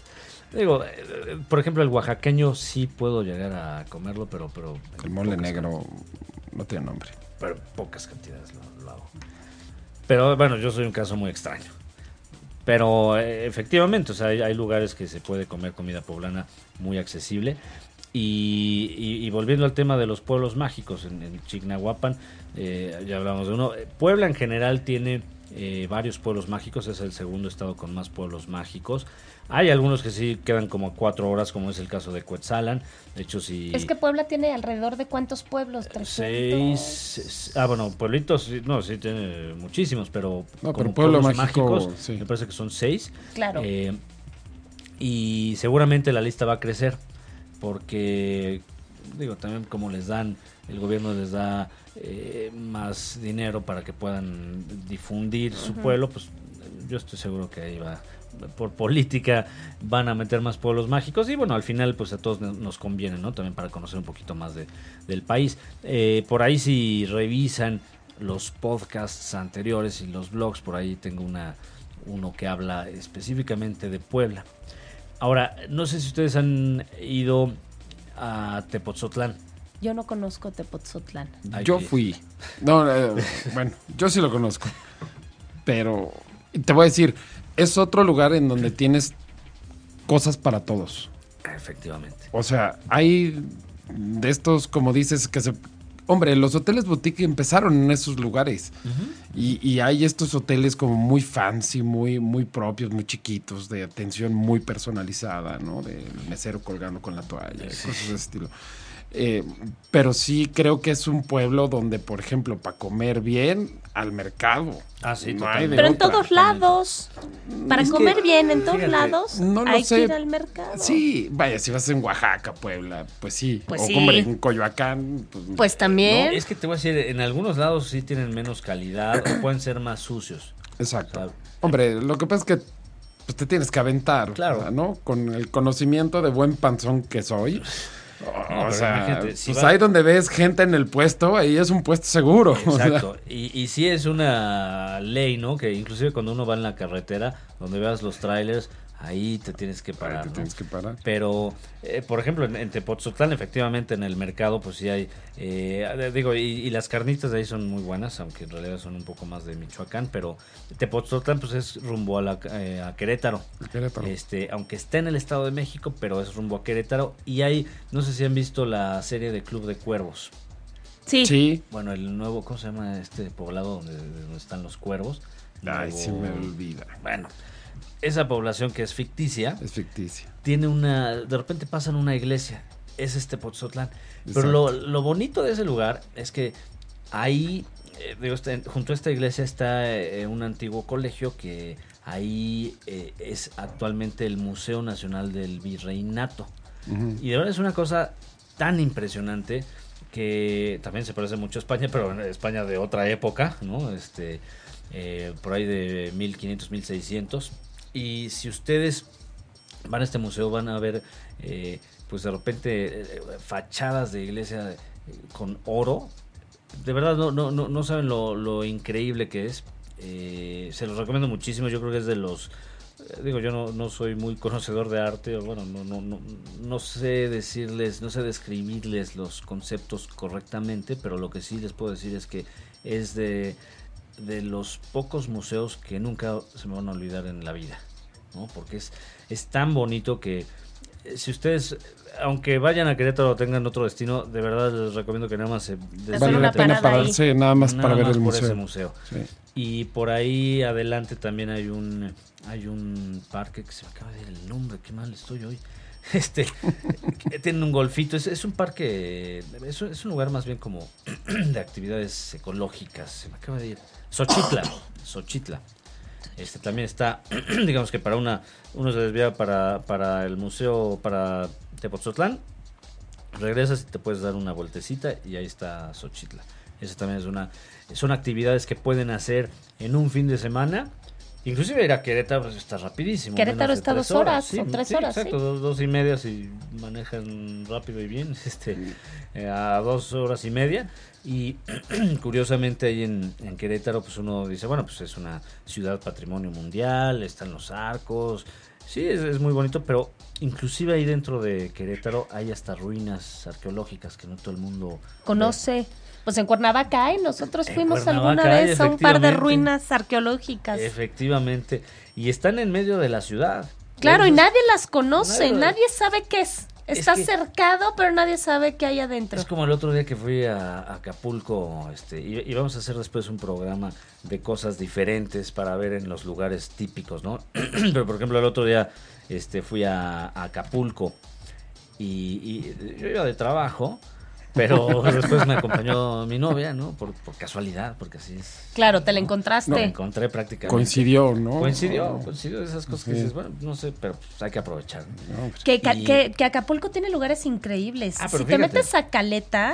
S2: Digo, eh, eh, por ejemplo, el oaxaqueño sí puedo llegar a comerlo, pero... pero
S4: El mole
S2: pocas-
S4: negro no tiene nombre.
S2: Pero pocas cantidades lo, lo hago. Pero bueno, yo soy un caso muy extraño. Pero eh, efectivamente, o sea, hay, hay lugares que se puede comer comida poblana muy accesible. Y, y- y volviendo al tema de los pueblos mágicos en, en Chignahuapan, eh, ya hablamos de uno. Eh, Puebla en general tiene eh, varios pueblos mágicos, es el segundo estado con más pueblos mágicos. Hay algunos que sí quedan como a cuatro horas, como es el caso de Cuetzalan. De hecho, si
S3: Es que Puebla tiene alrededor de cuántos pueblos? 300.
S2: Eh, Seis. seis- Ah, bueno, pueblitos, sí, no, sí tiene muchísimos, pero.
S4: No, pero
S2: como
S4: Pueblo
S2: pueblos
S4: Mágico, sí.
S2: Me parece que son seis.
S3: Claro.
S2: Eh, y seguramente la lista va a crecer, porque, digo, también como les dan, el gobierno les da eh, más dinero para que puedan difundir su pueblo, pues yo estoy seguro que ahí va. Por política van a meter más pueblos mágicos y bueno, al final pues a todos no- nos conviene, ¿no? También para conocer un poquito más de, del país. Eh, por ahí si revisan los podcasts anteriores y los blogs, por ahí tengo una, uno que habla específicamente de Puebla. Ahora, no sé si ustedes han ido a Tepotzotlán.
S3: Yo no conozco Tepotzotlán.
S2: Hay
S4: Yo
S2: que-
S4: fui. No, eh, bueno, yo sí lo conozco. Pero te voy a decir, es otro lugar en donde tienes cosas para todos.
S2: Efectivamente.
S4: O sea, hay de estos, como dices, que se... Hombre, los hoteles boutique empezaron en esos lugares. Y, y hay estos hoteles como muy fancy, muy, muy propios, muy chiquitos, de atención muy personalizada, ¿no? Del mesero colgando con la toalla, cosas de ese estilo. Eh, pero sí creo que es un pueblo donde, por ejemplo, para comer bien, al mercado.
S2: Ah, sí,
S4: no hay
S2: totalmente.
S4: de
S3: Pero en
S4: otra.
S3: todos lados. Para comer bien, en todos
S2: fíjate,
S3: lados,
S4: no lo
S3: hay
S4: sé.
S3: que ir al mercado.
S4: Sí, vaya, si vas en Oaxaca, Puebla, pues sí.
S3: Pues
S4: o
S3: sí.
S4: hombre, en Coyoacán, pues,
S3: Pues también.
S2: Es que te voy a decir, en algunos lados sí tienen menos calidad o pueden ser más sucios.
S4: Exacto.
S2: Claro.
S4: Hombre, lo que pasa es que pues, te tienes que aventar.
S2: Claro.
S4: o sea, ¿no? Con el conocimiento de buen panzón que soy. O,
S2: pero
S4: sea,
S2: imagínate, si
S4: pues
S2: vas-
S4: ahí donde ves gente en el puesto, ahí es un puesto seguro. o sea,
S2: Exacto. Y, y sí es una ley, ¿no? Que inclusive cuando uno va en la carretera, donde veas los trailers, ahí te tienes que
S4: ahí
S2: parar.
S4: te
S2: ¿no?
S4: tienes que parar.
S2: Pero, eh, por ejemplo, en, en Tepotzotlán, efectivamente, en el mercado, pues sí hay. eh, digo, y, y las carnitas de ahí son muy buenas, aunque en realidad son un poco más de Michoacán. Pero Tepotzotlán, pues es rumbo a, la, eh, a Querétaro.
S4: Querétaro.
S2: Este, aunque está en el Estado de México, pero es rumbo a Querétaro. Y hay, no sé si han visto la serie de Club de Cuervos.
S3: Sí.
S4: Sí.
S2: Bueno, el nuevo, ¿cómo se llama este poblado donde, donde están los cuervos?
S4: Ay,
S2: Nuevo-
S4: se me olvida.
S2: Bueno, esa población que es ficticia
S4: Es ficticia.
S2: tiene una. De repente pasan una iglesia. Es este Pozotlán. Pero lo, lo bonito de ese lugar es que este, ahí, eh, digo, está- junto a esta iglesia está eh, un antiguo colegio que Ahí eh, es actualmente el Museo Nacional del Virreinato. Y de verdad es una cosa tan impresionante que también se parece mucho a España, pero en España de otra época, ¿no? Este, eh, por ahí de 1500, 1600. Y si ustedes van a este museo van a ver, eh, pues de repente, eh, fachadas de iglesia eh, con oro. De verdad, no, no, no, no saben lo, lo increíble que es. Eh, se los recomiendo muchísimo, yo creo que es de los eh, digo, yo no, no soy muy conocedor de arte, o bueno, no, no, no, no sé decirles, no sé describirles los conceptos correctamente, pero lo que sí les puedo decir es que es de, de los pocos museos que nunca se me van a olvidar en la vida, ¿no? Porque es, es tan bonito que eh, si ustedes, aunque vayan a Querétaro o tengan otro destino, de verdad les recomiendo que nada más se
S3: Hacer
S4: Vale
S3: una
S4: la pena
S3: parada ahí.
S4: pararse nada más
S2: nada
S4: para ver
S2: más
S4: el
S2: por
S4: museo.
S2: ese museo.
S4: Sí.
S2: Y por ahí adelante también hay un hay un parque que se me acaba de ir el nombre, qué mal estoy hoy. Este que tiene un golfito, es, es un parque, es, un- es un lugar más bien como de actividades ecológicas, se me acaba de ir. Xochitla, Xochitla. Este también está, digamos que para una, uno se desvía para, para el museo, para Tepoztlán, regresas y te puedes dar una vueltecita y ahí está Xochitla. Eso también es una, son actividades que pueden hacer en un fin de semana. Inclusive ir a Querétaro pues, está rapidísimo.
S3: Querétaro
S2: menos de
S3: está
S2: tres
S3: dos horas, o tres horas,
S2: Exacto,
S3: sí.
S2: dos, dos y media si manejan rápido y bien, este, eh, a dos horas y media. Y curiosamente ahí en, en Querétaro pues uno dice, bueno, pues es una ciudad patrimonio mundial, están los arcos, Sí, es, es muy bonito, pero inclusive ahí dentro de Querétaro hay hasta ruinas arqueológicas que no todo el mundo
S3: Conoce. Pues en Cuernavaca hay, nosotros
S2: En
S3: fuimos alguna
S2: Cuernavaca hay,
S3: vez a un par de
S2: efectivamente.
S3: ruinas
S2: ve.
S3: arqueológicas.
S2: Efectivamente, y están en medio de la ciudad.
S3: Claro, y
S2: Entonces,
S3: nadie las conoce,
S2: Nadie lo-
S3: nadie, sabe qué es.
S2: Es
S3: Está
S2: que-
S3: cercado, pero nadie sabe qué hay adentro.
S2: Es como el otro día que fui a, a Acapulco, este, y, y vamos a hacer después un programa de cosas diferentes para ver en los lugares típicos, ¿no? Pero por ejemplo el otro día este, fui a, a Acapulco y, y yo iba de trabajo, pero después me acompañó mi novia, ¿no? Por, por casualidad, porque así es.
S3: Claro, te la
S2: Me
S3: encontraste.
S2: encontré prácticamente.
S4: Coincidió, ¿no?
S2: Coincidió,
S4: No,
S2: coincidió esas cosas que
S4: Sí.
S2: dices, bueno, no sé, pero pues, hay que aprovechar. ¿no?
S4: no, pues,
S3: Que, ca-
S2: Y-
S3: que- que Acapulco tiene lugares increíbles.
S2: Ah,
S3: si
S2: pero
S3: te
S2: fíjate.
S3: metes a Caleta,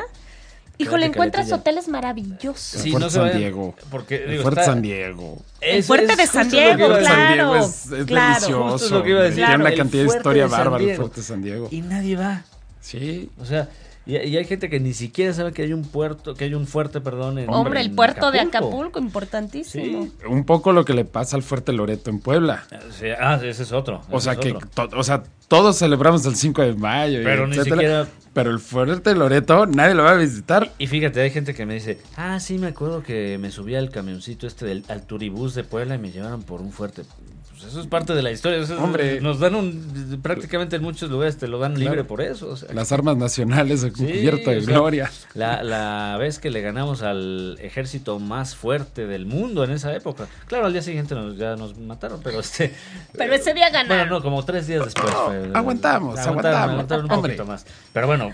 S3: híjole,
S2: Caleta,
S3: encuentras
S2: Caleta ya.
S3: hoteles maravillosos.
S4: Sí. Fuerte
S2: se
S4: San
S2: vayan,
S4: Diego.
S2: Porque,
S4: el
S2: digo,
S4: Fuerte
S2: está-
S4: San Diego.
S3: El
S2: Eso
S3: fuerte
S2: es
S3: de San
S2: justo lo que
S3: Diego,
S2: iba a decir.
S3: claro.
S4: San Diego es, es
S3: claro.
S4: delicioso.
S2: Justo lo que iba a decir.
S4: Tiene una
S2: El
S4: cantidad de
S2: fuerte
S4: historia
S2: de San
S4: bárbara el
S2: Diego.
S4: Fuerte San Diego.
S2: Y nadie va.
S4: Sí.
S2: O sea, y, y hay gente que ni siquiera sabe que hay un puerto, que hay un fuerte, perdón. En,
S3: Hombre,
S2: en
S3: el puerto de Acapulco, importantísimo.
S2: Sí.
S4: Un poco lo que le pasa al Fuerte Loreto en Puebla.
S2: O sea, ah, ese es otro.
S4: O
S2: ese
S4: sea
S2: es
S4: que
S2: otro.
S4: to- o sea, todos celebramos el 5 de mayo. y
S2: Pero ni
S4: etcétera,
S2: siquiera-
S4: Pero el Fuerte Loreto nadie lo va a visitar.
S2: Y fíjate, hay gente que me dice, ah, sí, me acuerdo que me subí al camioncito este del al turibús de Puebla y me llevaron por un fuerte. Pues eso es parte de la historia. eso es-
S4: Hombre.
S2: Nos dan un, prácticamente en muchos lugares te lo dan libre
S4: Claro.
S2: por eso. o sea,
S4: Las armas nacionales se
S2: Sí,
S4: cubierto de
S2: o sea,
S4: gloria.
S2: La, la vez que le ganamos al ejército más fuerte del mundo en esa época. Claro, al día siguiente nos, ya nos mataron, pero este.
S3: Pero ese día
S2: Bueno,
S3: ganaron.
S2: no, como tres días después.
S4: Oh,
S2: fue-
S4: aguantamos,
S2: aguantaron,
S4: aguantamos,
S2: aguantaron un
S4: hombre.
S2: poquito más. Pero bueno,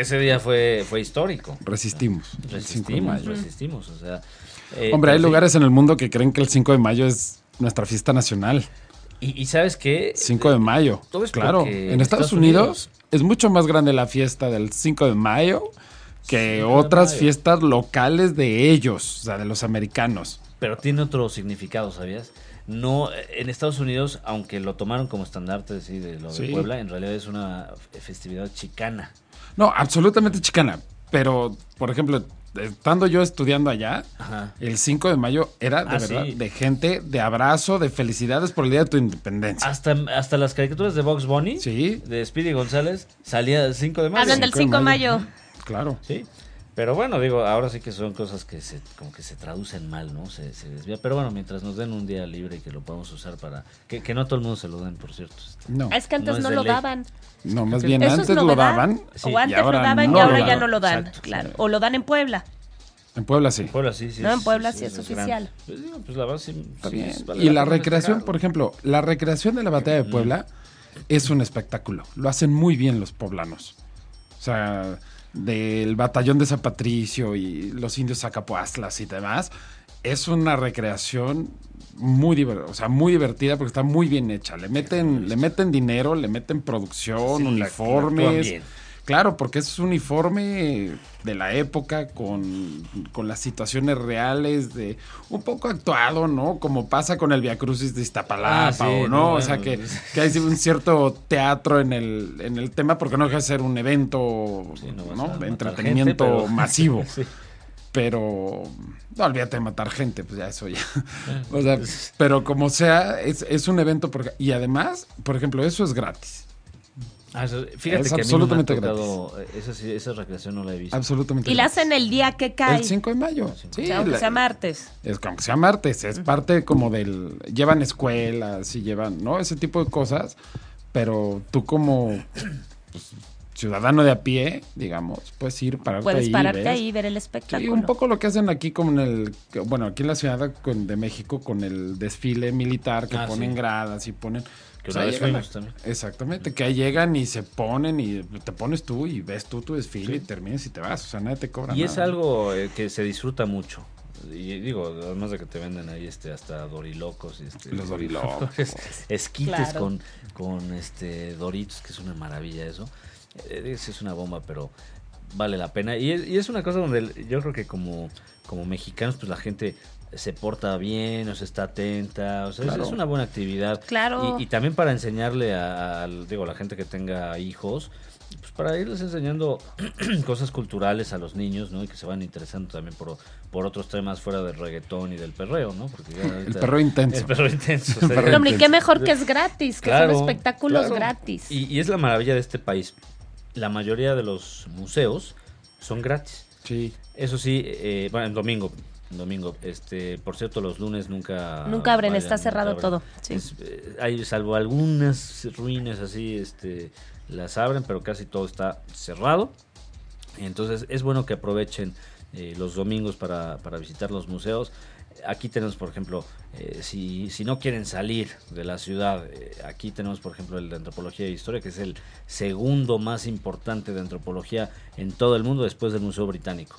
S2: ese día fue, fue histórico.
S4: Resistimos. el 5 de
S2: Resistimos,
S4: mayo.
S2: resistimos. O sea, eh,
S4: Hombre, hay
S2: en fin.
S4: lugares en el mundo que creen que el 5 de mayo es nuestra fiesta nacional.
S2: Y, y sabes qué?
S4: 5 de mayo.
S2: todo es
S4: claro.
S2: porque en
S4: En Estados,
S2: Estados
S4: Unidos, es mucho más grande la fiesta del 5 de mayo que
S2: 5 de
S4: otras
S2: mayo.
S4: fiestas locales de ellos, o sea, de los americanos.
S2: Pero tiene otro significado, ¿sabías? No, en Estados Unidos, aunque lo tomaron como estandarte sí, de lo de
S4: Sí.
S2: Puebla, en realidad es una festividad chicana.
S4: No, absolutamente chicana. Pero, por ejemplo, estando yo estudiando allá,
S2: Ajá.
S4: el 5 de mayo era de
S2: Ah,
S4: verdad
S2: sí.
S4: de gente, de abrazo, de felicidades por el día de tu independencia.
S2: Hasta, hasta las caricaturas de Box Bunny,
S4: Sí.
S2: de Speedy González, salía el 5 de mayo.
S3: Hablan del 5 de mayo.
S4: Claro.
S2: Sí. Pero bueno, digo, ahora sí que son cosas que se, como que se traducen mal, ¿no? Se, se desvía. Pero bueno, mientras nos den un día libre y que lo podamos usar para... Que, que no a todo el mundo se lo dan, por cierto.
S4: No,
S3: Ah, Es que antes
S2: No es
S3: no,
S2: de
S3: lo
S2: ley.
S3: daban.
S4: no más bien
S3: Eso es
S4: antes lo
S3: novedad.
S4: daban.
S2: Sí, y
S3: o antes
S4: ahora
S3: lo daban
S4: no
S3: y
S4: lo
S3: ahora ya
S4: daban.
S3: no lo dan.
S2: Exacto.
S3: Claro. O lo dan en Puebla.
S4: En Puebla sí.
S2: En Puebla sí, sí.
S3: No, en
S2: es-
S3: Puebla sí es oficial.
S2: grande. Pues, digo, pues la verdad sí...
S4: Está
S2: sí
S4: bien.
S2: es- vale
S4: y la
S2: pena
S4: recreación,
S2: festejarlo.
S4: por ejemplo, la recreación de la batalla de Puebla es un espectáculo. Lo hacen muy bien los poblanos. O sea, del batallón de San Patricio y los indios Acapuastlas y demás, es una recreación muy divertida, o sea, muy divertida porque está muy bien hecha. Le meten, le meten dinero, le meten producción,
S2: Sí, la- la actúan
S4: uniformes.
S2: bien.
S4: Claro, porque es uniforme de la época con, con las situaciones reales de un poco actuado, ¿no? Como pasa con el Via Crucis de Iztapalapa
S2: Ah, sí,
S4: o no,
S2: no,
S4: o sea
S2: bueno.
S4: que, que hay un cierto teatro en el, en el tema porque no deja de ser un evento,
S2: Sí, no vas a
S4: ¿no?
S2: matar
S4: De entretenimiento
S2: gente, pero-
S4: masivo.
S2: Sí.
S4: pero no olvídate de matar gente, pues ya eso ya.
S2: Ah,
S4: O sea,
S2: pues
S4: pero como sea, es, es un evento porque, y además, por ejemplo, eso es gratis.
S2: Ah, eso- Fíjate
S4: Es
S2: que
S4: absolutamente
S2: a mí no me ha tocado, eh, esa, sí- esa recreación no la he visto.
S4: Absolutamente.
S3: Y la
S4: gratis.
S3: hacen el día que cae.
S4: el 5 de mayo. Sí,
S3: o sea, aunque
S4: la-
S3: sea martes.
S4: es como que sea martes, es parte como del llevan escuelas y llevan, ¿no? Ese tipo de cosas, pero tú como pues, ciudadano de a pie, digamos, puedes ir pararte
S3: Puedes
S4: ahí,
S3: pararte
S4: ves.
S3: ahí y ver el
S4: Sí,
S3: espectáculo.
S4: un poco lo que hacen aquí con el, bueno, aquí en la ciudad con- de México con el desfile militar que
S2: Ah,
S4: ponen
S2: sí.
S4: gradas y ponen. pues,
S2: Que una vez
S4: llegan
S2: fuimos
S4: a-
S2: también.
S4: Exactamente, que ahí llegan y se ponen y te pones tú y ves tú tu desfile y terminas y te vas. O sea, nadie te cobra.
S2: Y es
S4: nada.
S2: algo eh, que se disfruta mucho. Y eh, digo, además de que te venden ahí este hasta dorilocos, este,
S4: Los dorilocos.
S2: esquites
S3: Claro.
S2: con, con este doritos, que es una maravilla eso. Eh, Es, es una bomba, pero vale la pena. Y es, y es una cosa donde el- yo creo que como, como mexicanos, pues la gente se porta bien, o sea, está atenta, o sea, es-
S4: Claro.
S2: es, una buena actividad.
S3: Claro.
S2: Y, y también para enseñarle a, al- digo, a la gente que tenga hijos, pues para irles enseñando cosas culturales a los niños, ¿no? Y que se van interesando también por, por otros temas fuera del reggaetón y del perreo, ¿no? Porque ya
S4: El
S2: ahorita-
S4: perro intenso.
S2: El perreo intenso. o sea,
S4: perreo
S2: ya-
S3: Hombre, y qué mejor que es gratis, que
S2: Claro,
S3: son espectáculos
S2: claro.
S3: gratis.
S2: Y, y es la maravilla de este país. La mayoría de los museos son gratis.
S4: Sí.
S2: Eso sí, eh, bueno, en domingo. en domingo, este, por cierto, los lunes nunca...
S3: Nunca abren, está
S2: nunca
S3: cerrado todo, sí.
S2: Es, eh, hay, salvo algunas ruinas así, este, las abren, pero casi todo está cerrado. Entonces es bueno que aprovechen eh, los domingos para, para visitar los museos. Aquí tenemos, por ejemplo, eh, si, si no quieren salir de la ciudad, eh, aquí tenemos, por ejemplo, el de Antropología e Historia, que es el segundo más importante de antropología en todo el mundo después del Museo Británico.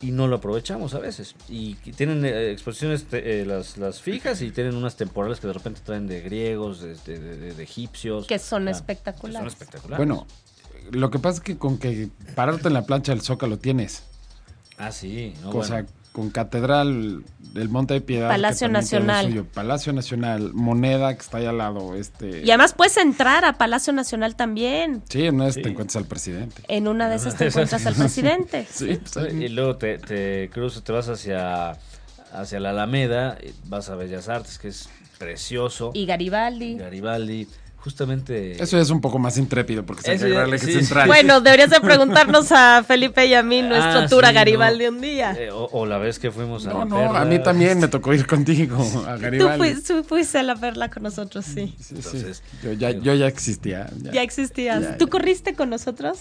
S2: Y no lo aprovechamos a veces. Y que tienen eh, exposiciones te- eh, las, las fijas y tienen unas temporales que de repente traen de griegos, de, de- de- de egipcios.
S3: Que son
S2: Ah, que
S3: espectaculares.
S2: son espectaculares.
S4: Bueno, lo que pasa es que con que pararte en la plancha del Zócalo tienes.
S2: Ah, sí. no,
S4: o sea,
S2: bueno.
S4: con Catedral del Monte de Piedad. que
S3: Palacio
S4: también tiene lo
S3: Nacional.
S4: suyo, Palacio Nacional, Moneda que está ahí al lado. Este,
S3: Y además puedes entrar a Palacio Nacional también.
S4: Sí, no es
S2: Sí.
S4: te encuentras al presidente.
S3: En una de esas te
S2: Esas-
S3: encuentras al presidente.
S4: Sí, pues ahí-
S2: Y luego te, te cruzas, te vas hacia, hacia la Alameda, y vas a Bellas Artes, que es precioso.
S3: Y Garibaldi.
S2: Garibaldi, justamente.
S4: Eso ya es un poco más intrépido porque se
S2: Eso
S4: integra
S2: ya-
S4: al eje
S2: sí, sí.
S4: central.
S3: Bueno, deberías de preguntarnos a Felipe y a mí
S2: Ah,
S3: nuestro tour a
S2: sí,
S3: Garibaldi
S2: no.
S3: un día.
S2: Eh, o, o la vez que fuimos Pues, a la
S4: no, no,
S2: Perla.
S4: a mí también me tocó ir contigo a
S3: Tú,
S4: Garibaldi.
S3: fuis- tú fuiste a la perla con nosotros, sí.
S4: Sí, sí.
S2: Entonces,
S4: yo, ya, yo ya existía. ya.
S3: Ya existías.
S4: Ya,
S3: ¿Tú
S4: ya.
S3: corriste con nosotros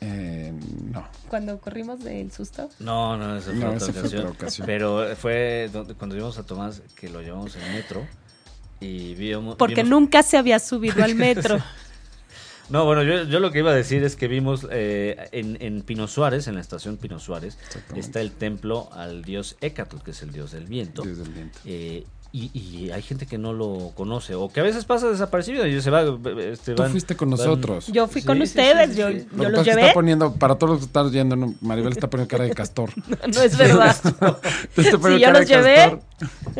S4: Eh, no.
S3: cuando corrimos del susto?
S2: No, no, esa fue,
S4: No,
S2: otra,
S4: esa fue
S2: ocasión,
S4: otra ocasión.
S2: Pero fue donde- cuando íbamos a Tomás, que lo llevamos en metro. Y vimos.
S3: Porque
S2: vimos-
S3: nunca se había subido al metro.
S2: No, bueno, yo, yo lo que iba a decir es que vimos eh, en, en Pino Suárez, en la estación Pino Suárez,
S4: Exactamente.
S2: está el templo al dios Hécatl, que es el dios del viento.
S4: Dios del viento.
S2: Eh, y, y hay gente que no lo conoce o que a veces pasa desapercibido y se va. Este,
S4: Tú
S2: van-
S4: fuiste con
S2: van-
S4: nosotros.
S3: Yo fui
S2: Sí,
S3: con
S2: sí,
S3: ustedes,
S2: sí, sí,
S3: yo,
S2: sí.
S3: yo
S4: Lo que
S3: los
S4: pasa es que está
S3: llevé.
S4: poniendo, para todos los que están yendo, no, Maribel está poniendo cara de castor.
S3: No es verdad.
S4: Te está poniendo
S3: Sí, yo
S4: cara
S3: los
S4: de
S3: llevé.
S4: castor.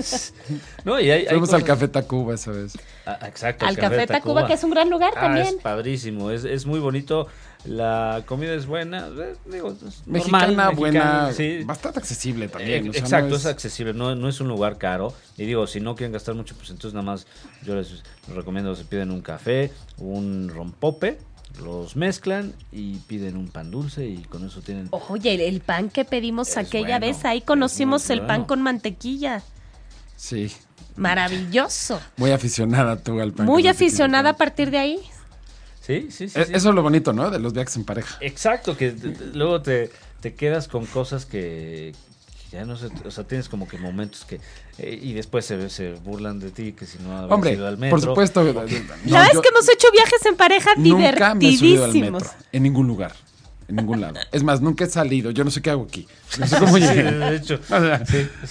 S2: No, y hay, hay
S4: Fuimos al
S2: cosas-
S4: Café Tacuba esa vez.
S2: Ah, exacto,
S3: Al Café Tacuba, que es un gran lugar
S2: Ah,
S3: también.
S2: es padrísimo, es, es muy bonito. La comida es buena, eh, digo, es
S4: Mexicana,
S2: normal,
S4: buena,
S2: mexicana, sí.
S4: bastante accesible
S2: Eh,
S4: también. o sea, no
S2: exacto,
S4: es-
S2: es... accesible, no, no es un lugar caro. Y digo, si no quieren gastar mucho, pues entonces nada más yo les recomiendo, se piden un café, un rompope, los mezclan y piden un pan dulce y con eso tienen...
S3: Oye, el, el pan que pedimos
S2: Es
S3: aquella
S2: bueno,
S3: vez, ahí
S2: es
S3: conocimos
S2: muy
S3: el pan
S2: bueno.
S3: con mantequilla.
S4: Sí,
S3: Maravilloso.
S4: muy aficionada tú al pan.
S3: Muy
S4: con mantequilla.
S3: aficionada a partir de ahí.
S2: Sí, sí, sí.
S4: Eh,
S2: pues, sí.
S4: Eso es lo bonito, ¿no? De los viajes en pareja.
S2: Eh, Exacto, que te- te- luego te, te quedas con cosas que que ya no sé, o sea, tienes como que momentos que... eh, y después se, se burlan de ti, que si no habías
S4: Hombre,
S2: ido al metro.
S4: por supuesto. eh, no,
S3: La verdad
S4: yo
S3: es que hemos hecho viajes en pareja
S4: nunca me he subido al
S3: divertidísimos.
S4: metro en ningún lugar. en ningún lado. Es más, nunca he salido. Yo no sé qué hago aquí. No sé cómo
S2: Sí,
S4: llegué.
S2: de hecho,
S4: O sea,
S2: de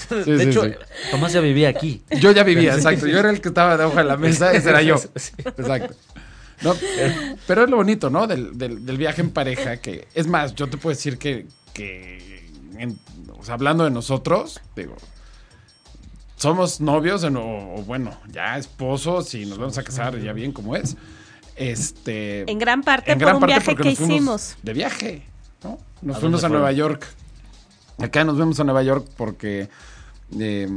S4: sí,
S2: hecho
S4: sí.
S2: Tomás ya vivía aquí.
S4: Yo ya vivía, exacto. Yo era el que estaba debajo de la mesa, ese era yo.
S2: Sí.
S4: Exacto. No, pero es lo bonito, ¿no? Del, del- del viaje en pareja, que es más, yo te puedo decir que, que en- o sea, hablando de nosotros, digo, somos novios en- o, o bueno, ya esposos y nos vamos a casar ya bien como es. Este,
S3: En gran parte
S4: en
S3: por
S4: gran
S3: un
S4: parte
S3: viaje
S4: porque
S3: que
S4: nos fuimos
S3: hicimos.
S4: De viaje, ¿no? Nos
S2: ¿A
S4: fuimos
S2: dónde
S4: a Nueva
S2: fueron?
S4: York. Acá nos vemos a Nueva York porque eh,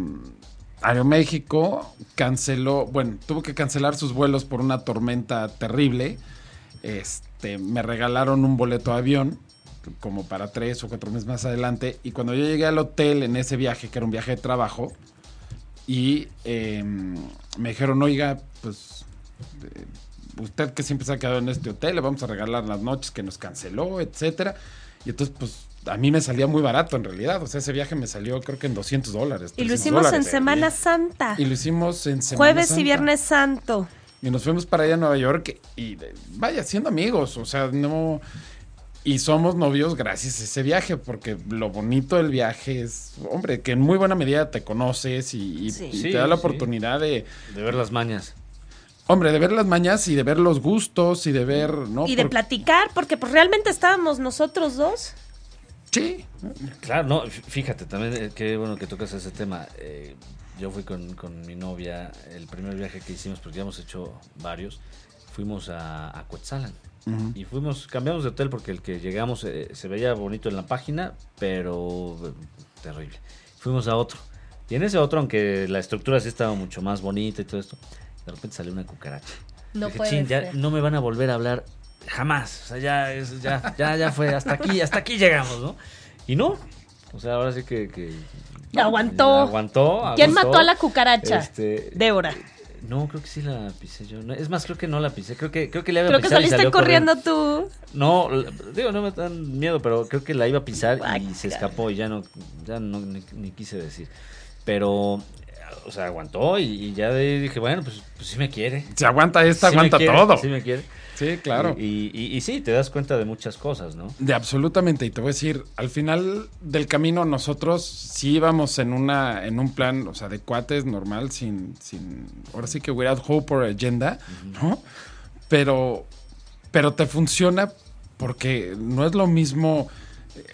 S4: Aeroméxico canceló, bueno, tuvo que cancelar sus vuelos por una tormenta terrible. Este, me regalaron un boleto de avión como para tres o cuatro meses más adelante. Y cuando yo llegué al hotel en ese viaje, que era un viaje de trabajo, y eh, me dijeron, oiga, pues eh, usted que siempre se ha quedado en este hotel, le vamos a regalar las noches que nos canceló, etcétera. Y entonces, pues a mí me salía muy barato en realidad. O sea, ese viaje me salió creo que en 200 dólares.
S3: Y lo
S4: 300
S3: hicimos en
S4: dólares. eh,
S3: Semana Santa.
S4: Y lo hicimos en Semana
S3: Jueves
S4: Santa.
S3: y Viernes Santo.
S4: Y nos fuimos para allá a Nueva York y eh, vaya, siendo amigos, o sea, no... Y somos novios gracias a ese viaje, porque lo bonito del viaje es, hombre, que en muy buena medida te conoces y, y-
S3: Sí.
S4: y
S2: Sí,
S4: te da la
S2: sí.
S4: oportunidad de,
S2: De ver las mañas.
S4: hombre, de ver las mañas y de ver los gustos y de ver, ¿no?
S3: y de
S4: Por-
S3: platicar, porque pues realmente estábamos nosotros dos.
S4: Sí,
S2: Claro, no, f- fíjate, también eh, qué bueno que tocas ese tema. Eh, yo fui con, con mi novia, el primer viaje que hicimos, porque ya hemos hecho varios, fuimos a, a Coetzalan. Y fuimos, cambiamos de hotel porque el que llegamos eh, se veía bonito en la página, pero eh, terrible. Fuimos a otro. Y en ese otro, aunque la estructura sí estaba mucho más bonita y todo esto, de repente salió una cucaracha.
S3: No
S2: Dije,
S3: puede
S2: "Chin, ya
S3: ser".
S2: no me van a volver a hablar jamás. O sea, ya, es- ya, ya, ya fue, hasta aquí, hasta aquí llegamos, ¿no? Y no. O sea, ahora sí que. que-
S3: Aguantó.
S2: Aguantó.
S3: ¿Quién
S2: aguantó.
S3: mató a la cucaracha?
S2: Este,
S3: Débora.
S2: No, creo que sí la pisé yo. No, es más, creo que no la pisé. Creo que, creo que le había
S3: Creo que
S2: pisado y
S3: saliste
S2: salió
S3: corriendo tú.
S2: No, l- digo, no me dan miedo, pero creo que la iba a pisar y se
S3: Guácala.
S2: escapó y ya no, ya no ni, ni quise decir. Pero, o sea, aguantó y, y ya de ahí dije, bueno, pues, pues sí me quiere.
S4: se aguanta esta,
S2: Sí me
S4: aguanta
S2: quiere,
S4: todo.
S2: Sí
S4: Sí,
S2: me quiere.
S4: claro.
S2: Y, y- y sí, te das cuenta de muchas cosas, ¿no?
S4: De absolutamente, y te voy a decir, al final del camino nosotros sí íbamos en una, en un plan, o sea, de cuates normal, sin, sin, ahora sí que without hope or agenda, ¿no? Pero, pero te funciona porque no es lo mismo,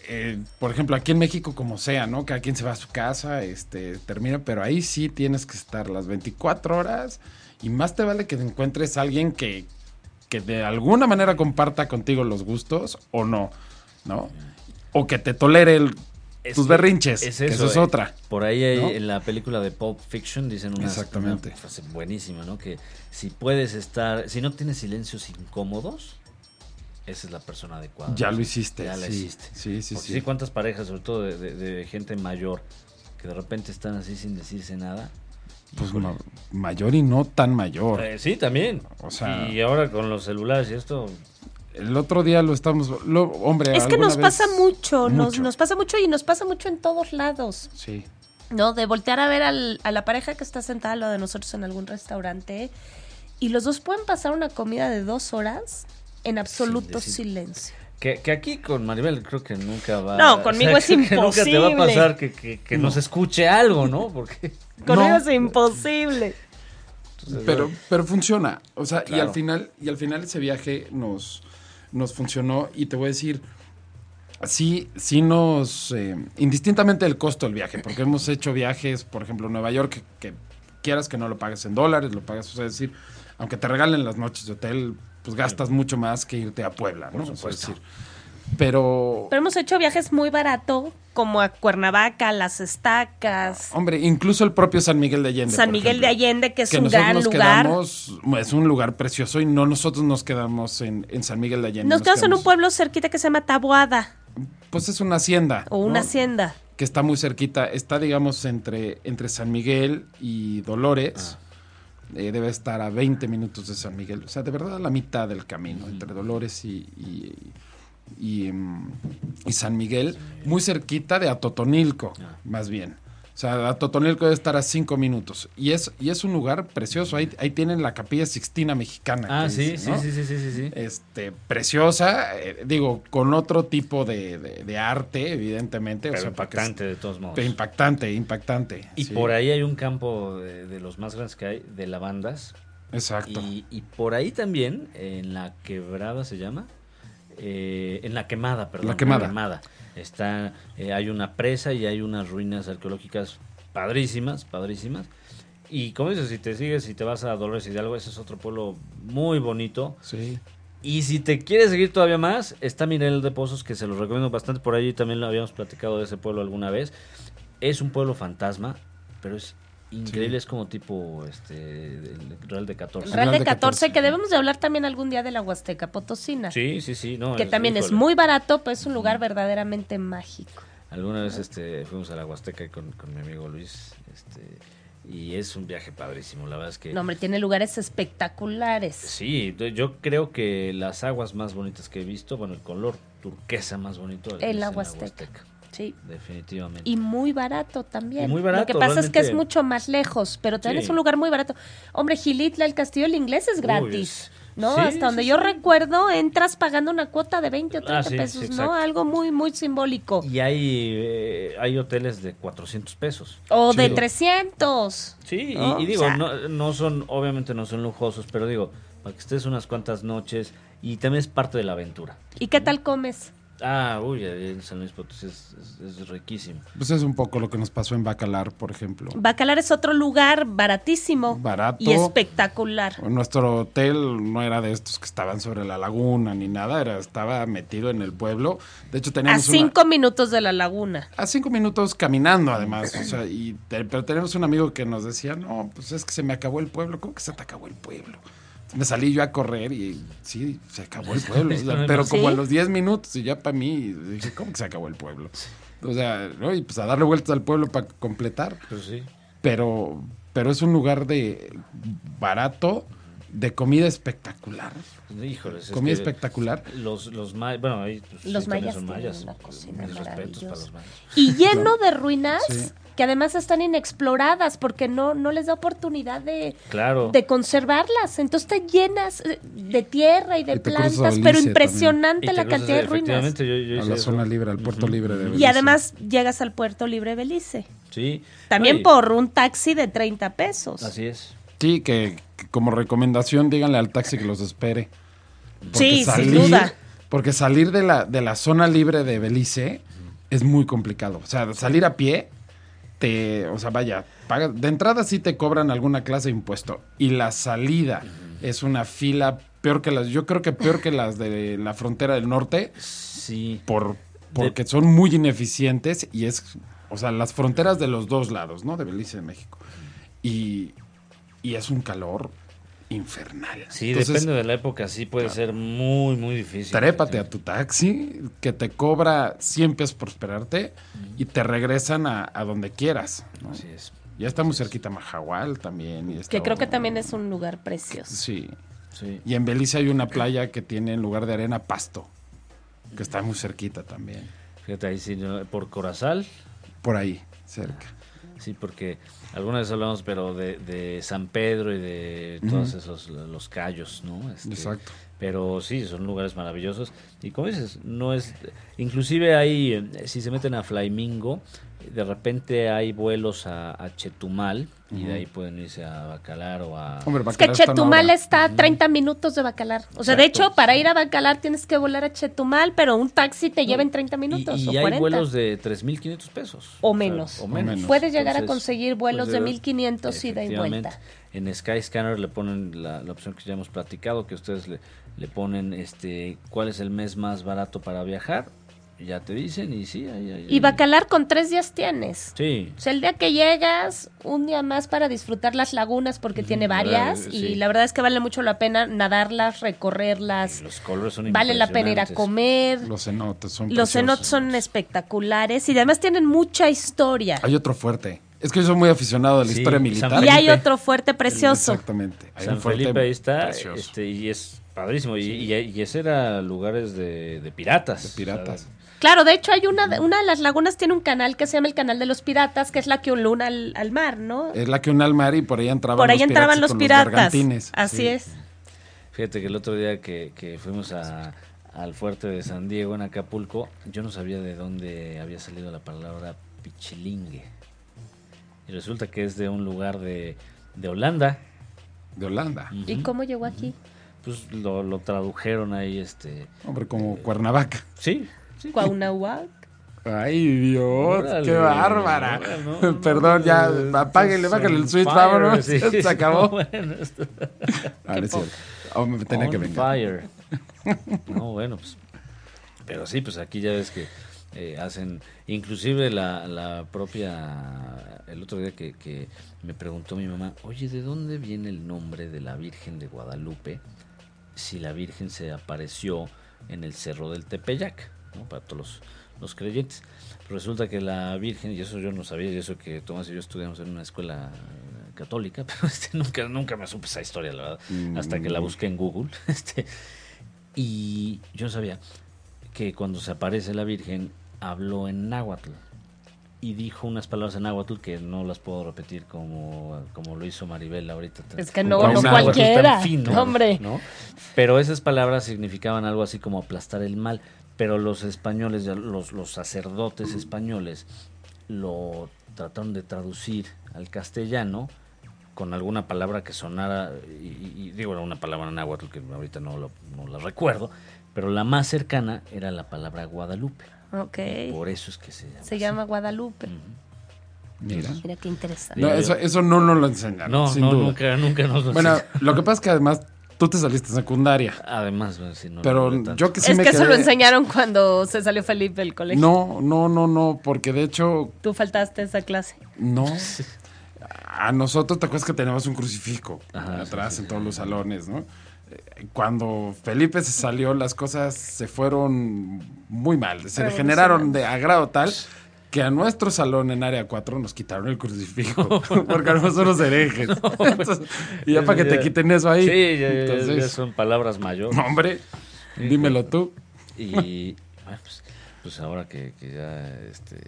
S4: eh, por ejemplo, aquí en México como sea, ¿no? Cada quien se va a su casa, este, termina, pero ahí sí tienes que estar las 24 horas y más te vale que te encuentres a alguien que, que de alguna manera comparta contigo los gustos o no, ¿no? O que te tolere el-
S2: Es
S4: tus
S2: que-
S4: berrinches. que eso es
S2: eh.
S4: otra.
S2: Por ahí hay-
S4: ¿No?
S2: en la película de Pulp Fiction dicen una,
S4: Exactamente.
S2: una frase buenísima, ¿no? Que si puedes estar, si no tienes silencios incómodos, esa es la persona adecuada.
S4: Ya
S2: ¿no?
S4: lo hiciste.
S2: Ya la
S4: sí,
S2: hiciste.
S4: Sí, sí,
S2: Porque
S4: sí.
S2: sí, cuántas parejas, sobre todo de, de- de gente mayor, que de repente están así sin decirse nada.
S4: Pues
S2: Híjole.
S4: ma- mayor y no tan mayor.
S2: Eh, sí, también.
S4: O sea-
S2: y ahora con los celulares y esto,
S4: El otro día lo estamos. Lo, hombre,
S3: Es que
S4: Eh, alguna
S3: nos
S4: vez-
S3: pasa mucho, Nos,
S4: mucho.
S3: nos pasa mucho y nos pasa mucho en todos lados.
S4: Sí.
S3: ¿no? De voltear a ver al- a la pareja que está sentada al lado de nosotros en algún restaurante y los dos pueden pasar una comida de dos horas en absoluto
S2: decir-
S3: silencio.
S2: Que, que aquí con Maribel creo que nunca va
S3: No, conmigo es
S2: creo que Nunca te va a
S3: imposible.
S2: pasar que, que, que nos escuche algo, ¿no? Porque.
S3: Conmigo
S4: No.
S3: es imposible.
S2: entonces,
S4: Pero, pero funciona. O sea, y
S2: Claro.
S4: al final, y al final ese viaje nos, nos funcionó. Y te voy a decir, sí, sí nos. eh, indistintamente del costo del viaje, porque hemos hecho viajes, por ejemplo, a Nueva York, que, que quieras que no lo pagues en dólares, lo pagas, o sea, es decir, aunque te regalen las noches de hotel, pues gastas mucho más que irte a Puebla, ¿no? O sea, es
S2: supuesto.
S4: decir, pero.
S3: Pero hemos hecho viajes muy barato, como a Cuernavaca, Las Estacas,
S4: Hombre, incluso el propio San Miguel de Allende.
S3: San
S4: por
S3: Miguel de
S4: ejemplo.
S3: Allende, que es
S4: que
S3: un
S4: nosotros
S3: gran
S4: nos
S3: lugar.
S4: quedamos, es un lugar precioso y no nosotros nos quedamos en, en San Miguel de Allende.
S3: Nos quedamos en un
S4: quedamos-
S3: pueblo cerquita que se llama Taboada
S4: Pues es una hacienda.
S3: o una
S4: ¿no?
S3: hacienda.
S4: Que está muy cerquita, está digamos entre, entre San Miguel y Dolores.
S2: Ah.
S4: Eh, debe estar a 20 minutos de San Miguel. O sea, de verdad a la mitad del camino, entre Dolores y, y, mm,
S2: Ah.
S4: y, em, y San Miguel. Muy cerquita de Atotonilco, más bien. O sea, a Totonilco debe estar a cinco minutos. Y es, y es un lugar precioso. Ahí, ahí tienen la capilla Sixtina mexicana.
S2: Ah,
S4: que
S2: sí,
S4: dicen, ¿no?
S2: sí, sí, sí, sí, sí, sí.
S4: Este, preciosa, eh, digo, con otro tipo de, de- de arte, evidentemente. o
S2: Pero
S4: sea, porque es-
S2: impactante de todos modos.
S4: pero impactante, impactante.
S2: Y
S4: sí.
S2: por ahí hay un campo de, de los más grandes que hay, de lavandas.
S4: Exacto.
S2: Y, y por ahí también, en la quebrada se llama, eh, en la quemada, perdón.
S4: La Quemada.
S2: Está, eh, hay una presa y hay unas ruinas arqueológicas padrísimas, padrísimas. Y como dices, si te sigues y te vas a Dolores Hidalgo, ese es otro pueblo muy bonito.
S4: Sí.
S2: Y si te quieres seguir todavía más, está Mirel de Pozos, que se los recomiendo bastante. Por ahí también lo habíamos platicado de ese pueblo alguna vez. Es un pueblo fantasma, pero es increíble.
S4: Sí.
S2: Es como tipo este, el Real de 14.
S3: Real de
S4: pues,
S3: 14,
S4: de 14,
S3: que debemos de hablar también algún día de la Huasteca Potosina.
S2: Sí, sí, sí. No,
S3: Que también es
S2: híjole.
S3: muy barato, pero es un lugar verdaderamente mágico.
S2: Alguna vez este, fuimos a la Huasteca con, con mi amigo Luis. Este, y es un viaje padrísimo. La verdad es que.
S3: No, hombre, tiene lugares espectaculares.
S2: Sí, yo- yo creo que las aguas más bonitas que he visto, bueno, el color turquesa más bonito es
S3: El
S2: en la
S3: Huasteca. Sí.
S2: Definitivamente.
S3: Y muy barato también.
S2: Y muy barato,
S3: Lo que pasa es que es
S2: realmente.
S3: mucho más lejos, pero también
S2: Sí.
S3: es un lugar muy barato. Hombre, Gilitla, el castillo del inglés es
S2: Uy,
S3: gratis.
S2: es-
S3: ¿No?
S2: sí,
S3: Hasta
S2: sí,
S3: donde
S2: sí.
S3: yo recuerdo, entras pagando una cuota de 20 o 30
S2: Ah, sí, sí,
S3: pesos, ¿no?
S2: exacto.
S3: Algo muy, muy simbólico.
S2: Y hay, eh, hay hoteles de 400 pesos.
S3: O de
S4: Sí.
S3: 300.
S2: Sí, y-
S3: ¿no?
S2: y,
S3: O
S2: digo,
S3: sea,
S2: no, no son, obviamente no son lujosos, pero digo, para que estés unas cuantas noches y también es parte de la aventura.
S3: ¿Y qué tal comes?
S2: Ah, uy, ahí en San Luis Potosí es, es- es riquísimo.
S4: Pues es un poco lo que nos pasó en Bacalar, por ejemplo.
S3: Bacalar es otro lugar baratísimo.
S4: Barato.
S3: Y espectacular.
S4: Nuestro hotel no era de estos que estaban sobre la laguna ni nada, era, estaba metido en el pueblo. De hecho,
S3: A
S4: teníamos una-
S3: cinco minutos de la laguna.
S4: a cinco minutos caminando, además. O sea, y te- pero tenemos un amigo que nos decía, no, pues es que se me acabó el pueblo. ¿Cómo que se te acabó el pueblo? Me salí yo a correr y sí, se acabó el pueblo. O sea, pero como a
S3: ¿Sí?
S4: los 10 minutos y ya para mí, dije, ¿cómo que se acabó el pueblo? O sea, ¿no? y pues a darle vueltas al pueblo para completar.
S2: Pero sí.
S4: Pero, pero es un lugar de barato, de comida espectacular.
S2: Híjoles. Pues es
S4: comida
S2: que
S4: espectacular.
S2: Los, los mayas, bueno, ahí pues,
S3: Los
S2: sí, también
S3: mayas
S2: son
S3: tienen
S2: mayas.
S3: una cocina
S2: Mis respetos para
S3: maravillosa.
S2: los mayas.
S3: Y lleno de ruinas
S4: Sí.
S3: que además están inexploradas porque no, no les da oportunidad de,
S2: Claro.
S3: de conservarlas. Entonces te llenas eh, de tierra y de
S4: Y te cruzas a
S3: plantas, pero
S4: Belice
S2: Y
S3: impresionante
S2: te
S3: la
S2: cruzas,
S3: cantidad de ruinas.
S2: efectivamente, yo- yo
S4: A
S2: hice
S4: la
S2: eso.
S4: zona libre, al puerto libre de
S3: Y
S4: Belice.
S3: además llegas al puerto libre Belice.
S2: Sí.
S3: También
S2: Oye,
S3: por un taxi de 30 pesos.
S2: Así es.
S4: Sí, que, que como recomendación díganle al taxi que los espere.
S3: Sí, sin duda.
S4: Porque salir de la, de la zona libre de Belice es muy complicado. O sea, salir a pie, te, o sea, vaya, paga- de entrada sí te cobran alguna clase de impuesto. Y la salida es una fila peor que las, yo creo que peor que las de la frontera del norte,
S2: Sí.
S4: por, porque son muy ineficientes y es, o sea, las fronteras de los dos lados, ¿no? De Belice y de México. Y, y es un calor infernal.
S2: Sí,
S4: Entonces,
S2: depende de la época, sí puede ser muy, muy difícil.
S4: Trépate a tu taxi que te cobra 100 pesos por esperarte y te regresan a, a donde quieras. ¿no?
S2: Así es.
S4: Ya está muy cerquita Majahual también. y está-
S3: que creo que también es un lugar precioso.
S4: Sí.
S2: Sí.
S4: Y en Belice hay una playa que tiene en lugar de arena pasto, que está muy cerquita también.
S2: Fíjate ahí, sí, ¿no? por Corazal,
S4: Por ahí, cerca.
S2: sí, porque alguna vez hablamos, pero de, de San Pedro y de todos esos, los callos, ¿no? Este,
S4: Exacto.
S2: Pero sí, son lugares maravillosos. Y como dices, no es. Inclusive hay, eh, si se meten a Flamingo, de repente hay vuelos a, a Chetumal y de ahí pueden irse a Bacalar o a.
S4: Hombre,
S3: Ah. Es que
S4: Bacalar está una
S3: Chetumal
S4: hora.
S3: está a 30 minutos de Bacalar. O sea, de
S2: Exacto.
S3: hecho, para ir a Bacalar tienes que volar a Chetumal, pero un taxi te lleva en 30 minutos
S2: y, y
S3: o
S2: hay
S3: 40.
S2: vuelos de 3.500 pesos.
S3: O
S2: sea,
S3: menos.
S2: o menos.
S4: menos.
S3: Puedes llegar a
S2: Entonces,
S3: conseguir vuelos
S2: puedes
S3: de
S2: llegar-
S3: 1500 ida y
S2: Efectivamente.
S3: vuelta.
S2: En Skyscanner le ponen la, la opción que ya hemos platicado, que ustedes le, le ponen este cuál es el mes más barato para viajar. Ya te dicen y sí. ahí- ahí-
S3: Y Bacalar con tres días tienes.
S2: Sí.
S3: O sea, el día que llegas, un día más para disfrutar las lagunas, porque tiene
S2: la verdad,
S3: varias,
S2: eh,
S3: y
S2: sí.
S3: la verdad es que vale mucho la pena nadarlas, recorrerlas,
S2: Los colores son
S3: vale la pena ir a
S2: impresionantes.
S3: comer, los,
S4: Los cenotes son
S3: cenotes
S4: preciosos.
S3: son espectaculares, y además tienen mucha historia.
S4: Hay otro fuerte. Es que yo soy muy aficionado a la
S2: Sí,
S4: historia
S2: San
S4: militar.
S3: Y
S2: Felipe.
S3: hay otro fuerte precioso.
S4: Exactamente. Hay
S2: San
S4: un fuerte
S2: Felipe ahí está.
S4: precioso.
S2: Este, y es padrísimo. Y, y- y ese era lugares de, de piratas.
S4: De piratas.
S2: o sea,
S3: Claro, de hecho hay una, de- una de las lagunas tiene un canal que se llama el canal de los piratas, que es la que unluna al, al mar, ¿no?
S4: Es la que un al mar y por ahí entraban
S3: Por ahí
S4: Eh, los
S3: entraban los
S4: con
S3: piratas. Ah.
S4: bergantines.
S3: Así
S4: Sí.
S3: es.
S2: Fíjate que el otro día que, que fuimos a- al fuerte de San Diego, en Acapulco, yo no sabía de dónde había salido la palabra pichilingue. Y resulta que es de un lugar de, de Holanda.
S4: De Holanda.
S3: ¿Y
S2: Ujú.
S3: cómo llegó aquí?
S2: Pues lo, lo tradujeron ahí, este...
S4: Hombre, como Cuernavaca.
S2: Sí, sí.
S3: Cuauhnahuac.
S4: Ay, Dios,
S2: Órale,
S4: qué bárbara.
S2: órale, no, no,
S4: Perdón,
S2: no,
S4: ya,
S2: no,
S4: apáguenle,
S2: estás
S4: bájale
S2: on
S4: el switch,
S2: fire,
S4: vámonos.
S2: sí.
S4: Se acabó.
S2: Bueno, esto-
S4: Ah, no es
S3: poco.
S4: cierto. Oh, me tenía que
S2: On
S4: vengar.
S2: fire. No, bueno, pues. Pero sí, pues aquí ya ves que eh, hacen. Inclusive la, la propia. El otro día que, que me preguntó mi mamá, oye, ¿de dónde viene el nombre de la Virgen de Guadalupe? Si la Virgen se apareció en el cerro del Tepeyac, ¿no? Para todos los, los creyentes. Resulta que la Virgen, y eso yo no sabía, y eso que Tomás y yo estudiamos en una escuela eh, católica, pero este, nunca, nunca me supe esa historia, la verdad, hasta que la busqué en Google. Este, y yo sabía que cuando se aparece la Virgen, habló en náhuatl y dijo unas palabras en náhuatl que no las puedo repetir como, como lo hizo Maribel ahorita.
S3: Es que no,
S4: Con
S3: no
S4: náhuatl
S3: cualquiera.
S2: tan fino,
S3: Hombre.
S2: ¿no? Pero esas palabras significaban algo así como aplastar el mal. Pero los españoles, ya los, los sacerdotes españoles, lo trataron de traducir al castellano con alguna palabra que sonara, y, y- y digo, era una palabra en náhuatl que ahorita no, lo- no la recuerdo, pero la más cercana era la palabra Guadalupe.
S3: Ok.
S2: Por eso es que se llama.
S3: Se
S2: así.
S3: llama Guadalupe.
S4: Mira.
S3: Mira qué interesante.
S4: No, eso, eso no nos lo enseñaron.
S2: No,
S4: sin
S2: no,
S4: duda.
S2: nunca, nunca nos lo
S4: Bueno,
S2: enseñaron.
S4: lo que pasa es que además tú te saliste en secundaria.
S2: Además, bueno, sí, no lo hablé
S4: Pero
S2: tanto.
S4: yo que sí
S3: es
S4: me
S3: que eso
S4: quedé-
S3: lo enseñaron cuando se salió Felipe del colegio.
S4: No, no, no, no, porque de hecho,
S3: Tú faltaste a esa clase.
S4: no. A nosotros, ¿te acuerdas que teníamos un crucifijo
S2: Ajá,
S4: atrás
S2: sí, sí,
S4: en todos los salones, no? Eh, Cuando Felipe se salió, las cosas se fueron muy mal, se degeneraron de agrado tal que a nuestro salón en área 4 nos quitaron el crucifijo, porque éramos unos herejes. Entonces, y ya para que te quiten eso ahí.
S2: Sí, ya, ya- ya- ya
S4: Entonces,
S2: son palabras mayores.
S4: hombre, dímelo tú.
S2: Y bueno, pues, pues ahora que, que ya este,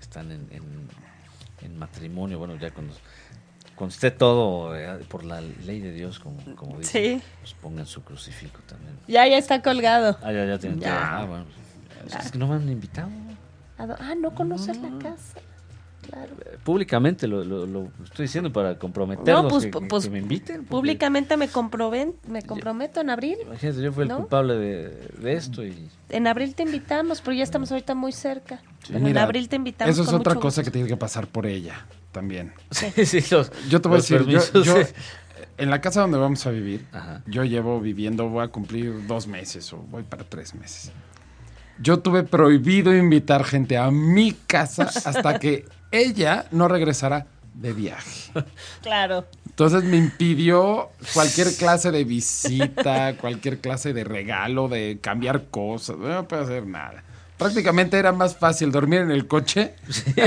S2: están en, en- en matrimonio, bueno, ya cuando consté todo eh, por la ley de Dios, como, como dicen,
S3: Sí.
S2: pues pongan su crucifijo también.
S3: Ya, ya está colgado.
S2: Ah, ya, ya tienen
S3: Ya.
S2: todo. Ah, bueno. pues, Es que no me han invitado.
S3: ¿A dó- Ah, no conoces la casa. Claro.
S2: Eh, Públicamente lo, lo- lo estoy diciendo para comprometerlos
S3: pues,
S2: que,
S3: pu-
S2: que-
S3: pues,
S2: que me inviten. porque-
S3: Públicamente me, comproben- me comprometo en abril.
S2: Imagínate, yo fui el
S3: ¿No?
S2: culpable de, de esto y...
S3: En abril te invitamos, pero ya estamos ahorita muy cerca. Pero en
S4: Mira,
S3: abril te invitamos.
S4: Eso es
S3: con
S4: otra
S3: mucho
S4: cosa que
S3: gusto.
S4: tienes que pasar por ella también.
S2: Sí, sí, los-
S4: Yo te voy a
S2: los
S4: decir, yo-
S2: permisos,
S4: yo-
S2: sí.
S4: en la casa donde vamos a vivir,
S2: Ajá.
S4: yo llevo viviendo, voy a cumplir dos meses o voy para tres meses. Yo tuve prohibido invitar gente a mi casa hasta que ella no regresara de viaje.
S3: Claro.
S4: Entonces me impidió cualquier clase de visita, cualquier clase de regalo, de cambiar cosas. No puedo hacer nada. Prácticamente era más fácil dormir en el coche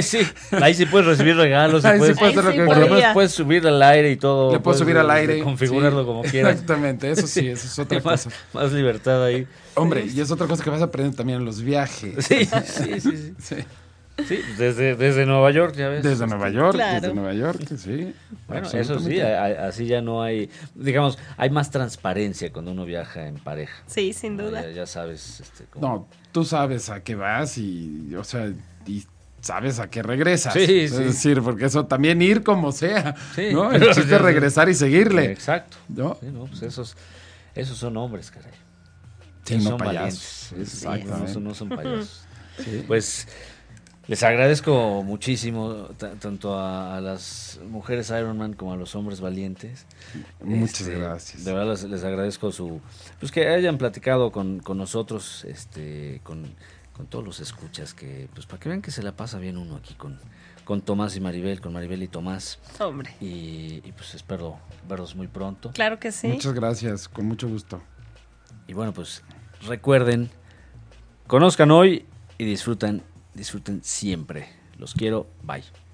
S2: Sí, ahí sí puedes recibir regalos,
S4: Ahí sí
S2: puedes,
S4: puedes hacer
S3: Ahí sí
S4: lo que
S2: por lo
S3: podría.
S2: menos puedes subir al aire y todo.
S4: Le puedo
S2: puedes,
S4: subir al
S2: eh,
S4: aire.
S2: Configurarlo
S4: sí.
S2: como quieras.
S4: Exactamente, eso sí, eso es otra
S2: Y más,
S4: cosa.
S2: más libertad ahí.
S4: Hombre, y es otra cosa que vas a aprender también en los viajes.
S2: Sí, sí, sí. sí.
S4: Sí.
S2: Sí, desde, desde Nueva York, ya ves.
S4: Desde Nueva York,
S3: Claro.
S4: desde Nueva York, sí.
S2: Bueno, eso sí, eh.
S4: absolutamente.
S2: a- a- así ya no hay, digamos, hay más transparencia cuando uno viaja en pareja.
S3: Sí, sin
S2: ¿no?
S3: duda.
S2: Ya, ya sabes. Este, cómo-
S4: No, tú sabes a qué vas y, o sea, y sabes a qué regresas.
S2: Sí,
S4: es
S2: sí.
S4: decir, porque eso también ir como sea,
S2: Sí.
S4: ¿no? El chiste
S2: Sí, sí.
S4: es regresar y seguirle,
S2: Exacto.
S4: ¿no?
S2: Sí, no, pues esos, esos son hombres, caray.
S4: Sí,
S2: Esos
S4: no
S2: son
S4: payasos.
S2: valientes. Esos
S4: Exactamente.
S2: No son, no son payasos.
S4: Sí.
S2: Pues les agradezco muchísimo ta- tanto a, a las mujeres Iron Man como a los hombres valientes.
S4: Muchas
S2: Este,
S4: gracias.
S2: De verdad les, les agradezco su pues que hayan platicado con, con nosotros, este, con, con todos los escuchas que pues para que vean que se la pasa bien uno aquí con con Tomás y Maribel, con Maribel y Tomás
S3: Hombre.
S2: y, y, pues espero verlos muy pronto.
S3: Claro que sí.
S4: Muchas gracias, con mucho gusto.
S2: Y bueno, pues recuerden, conozcan hoy y disfrutan, disfruten siempre. Los quiero, bye.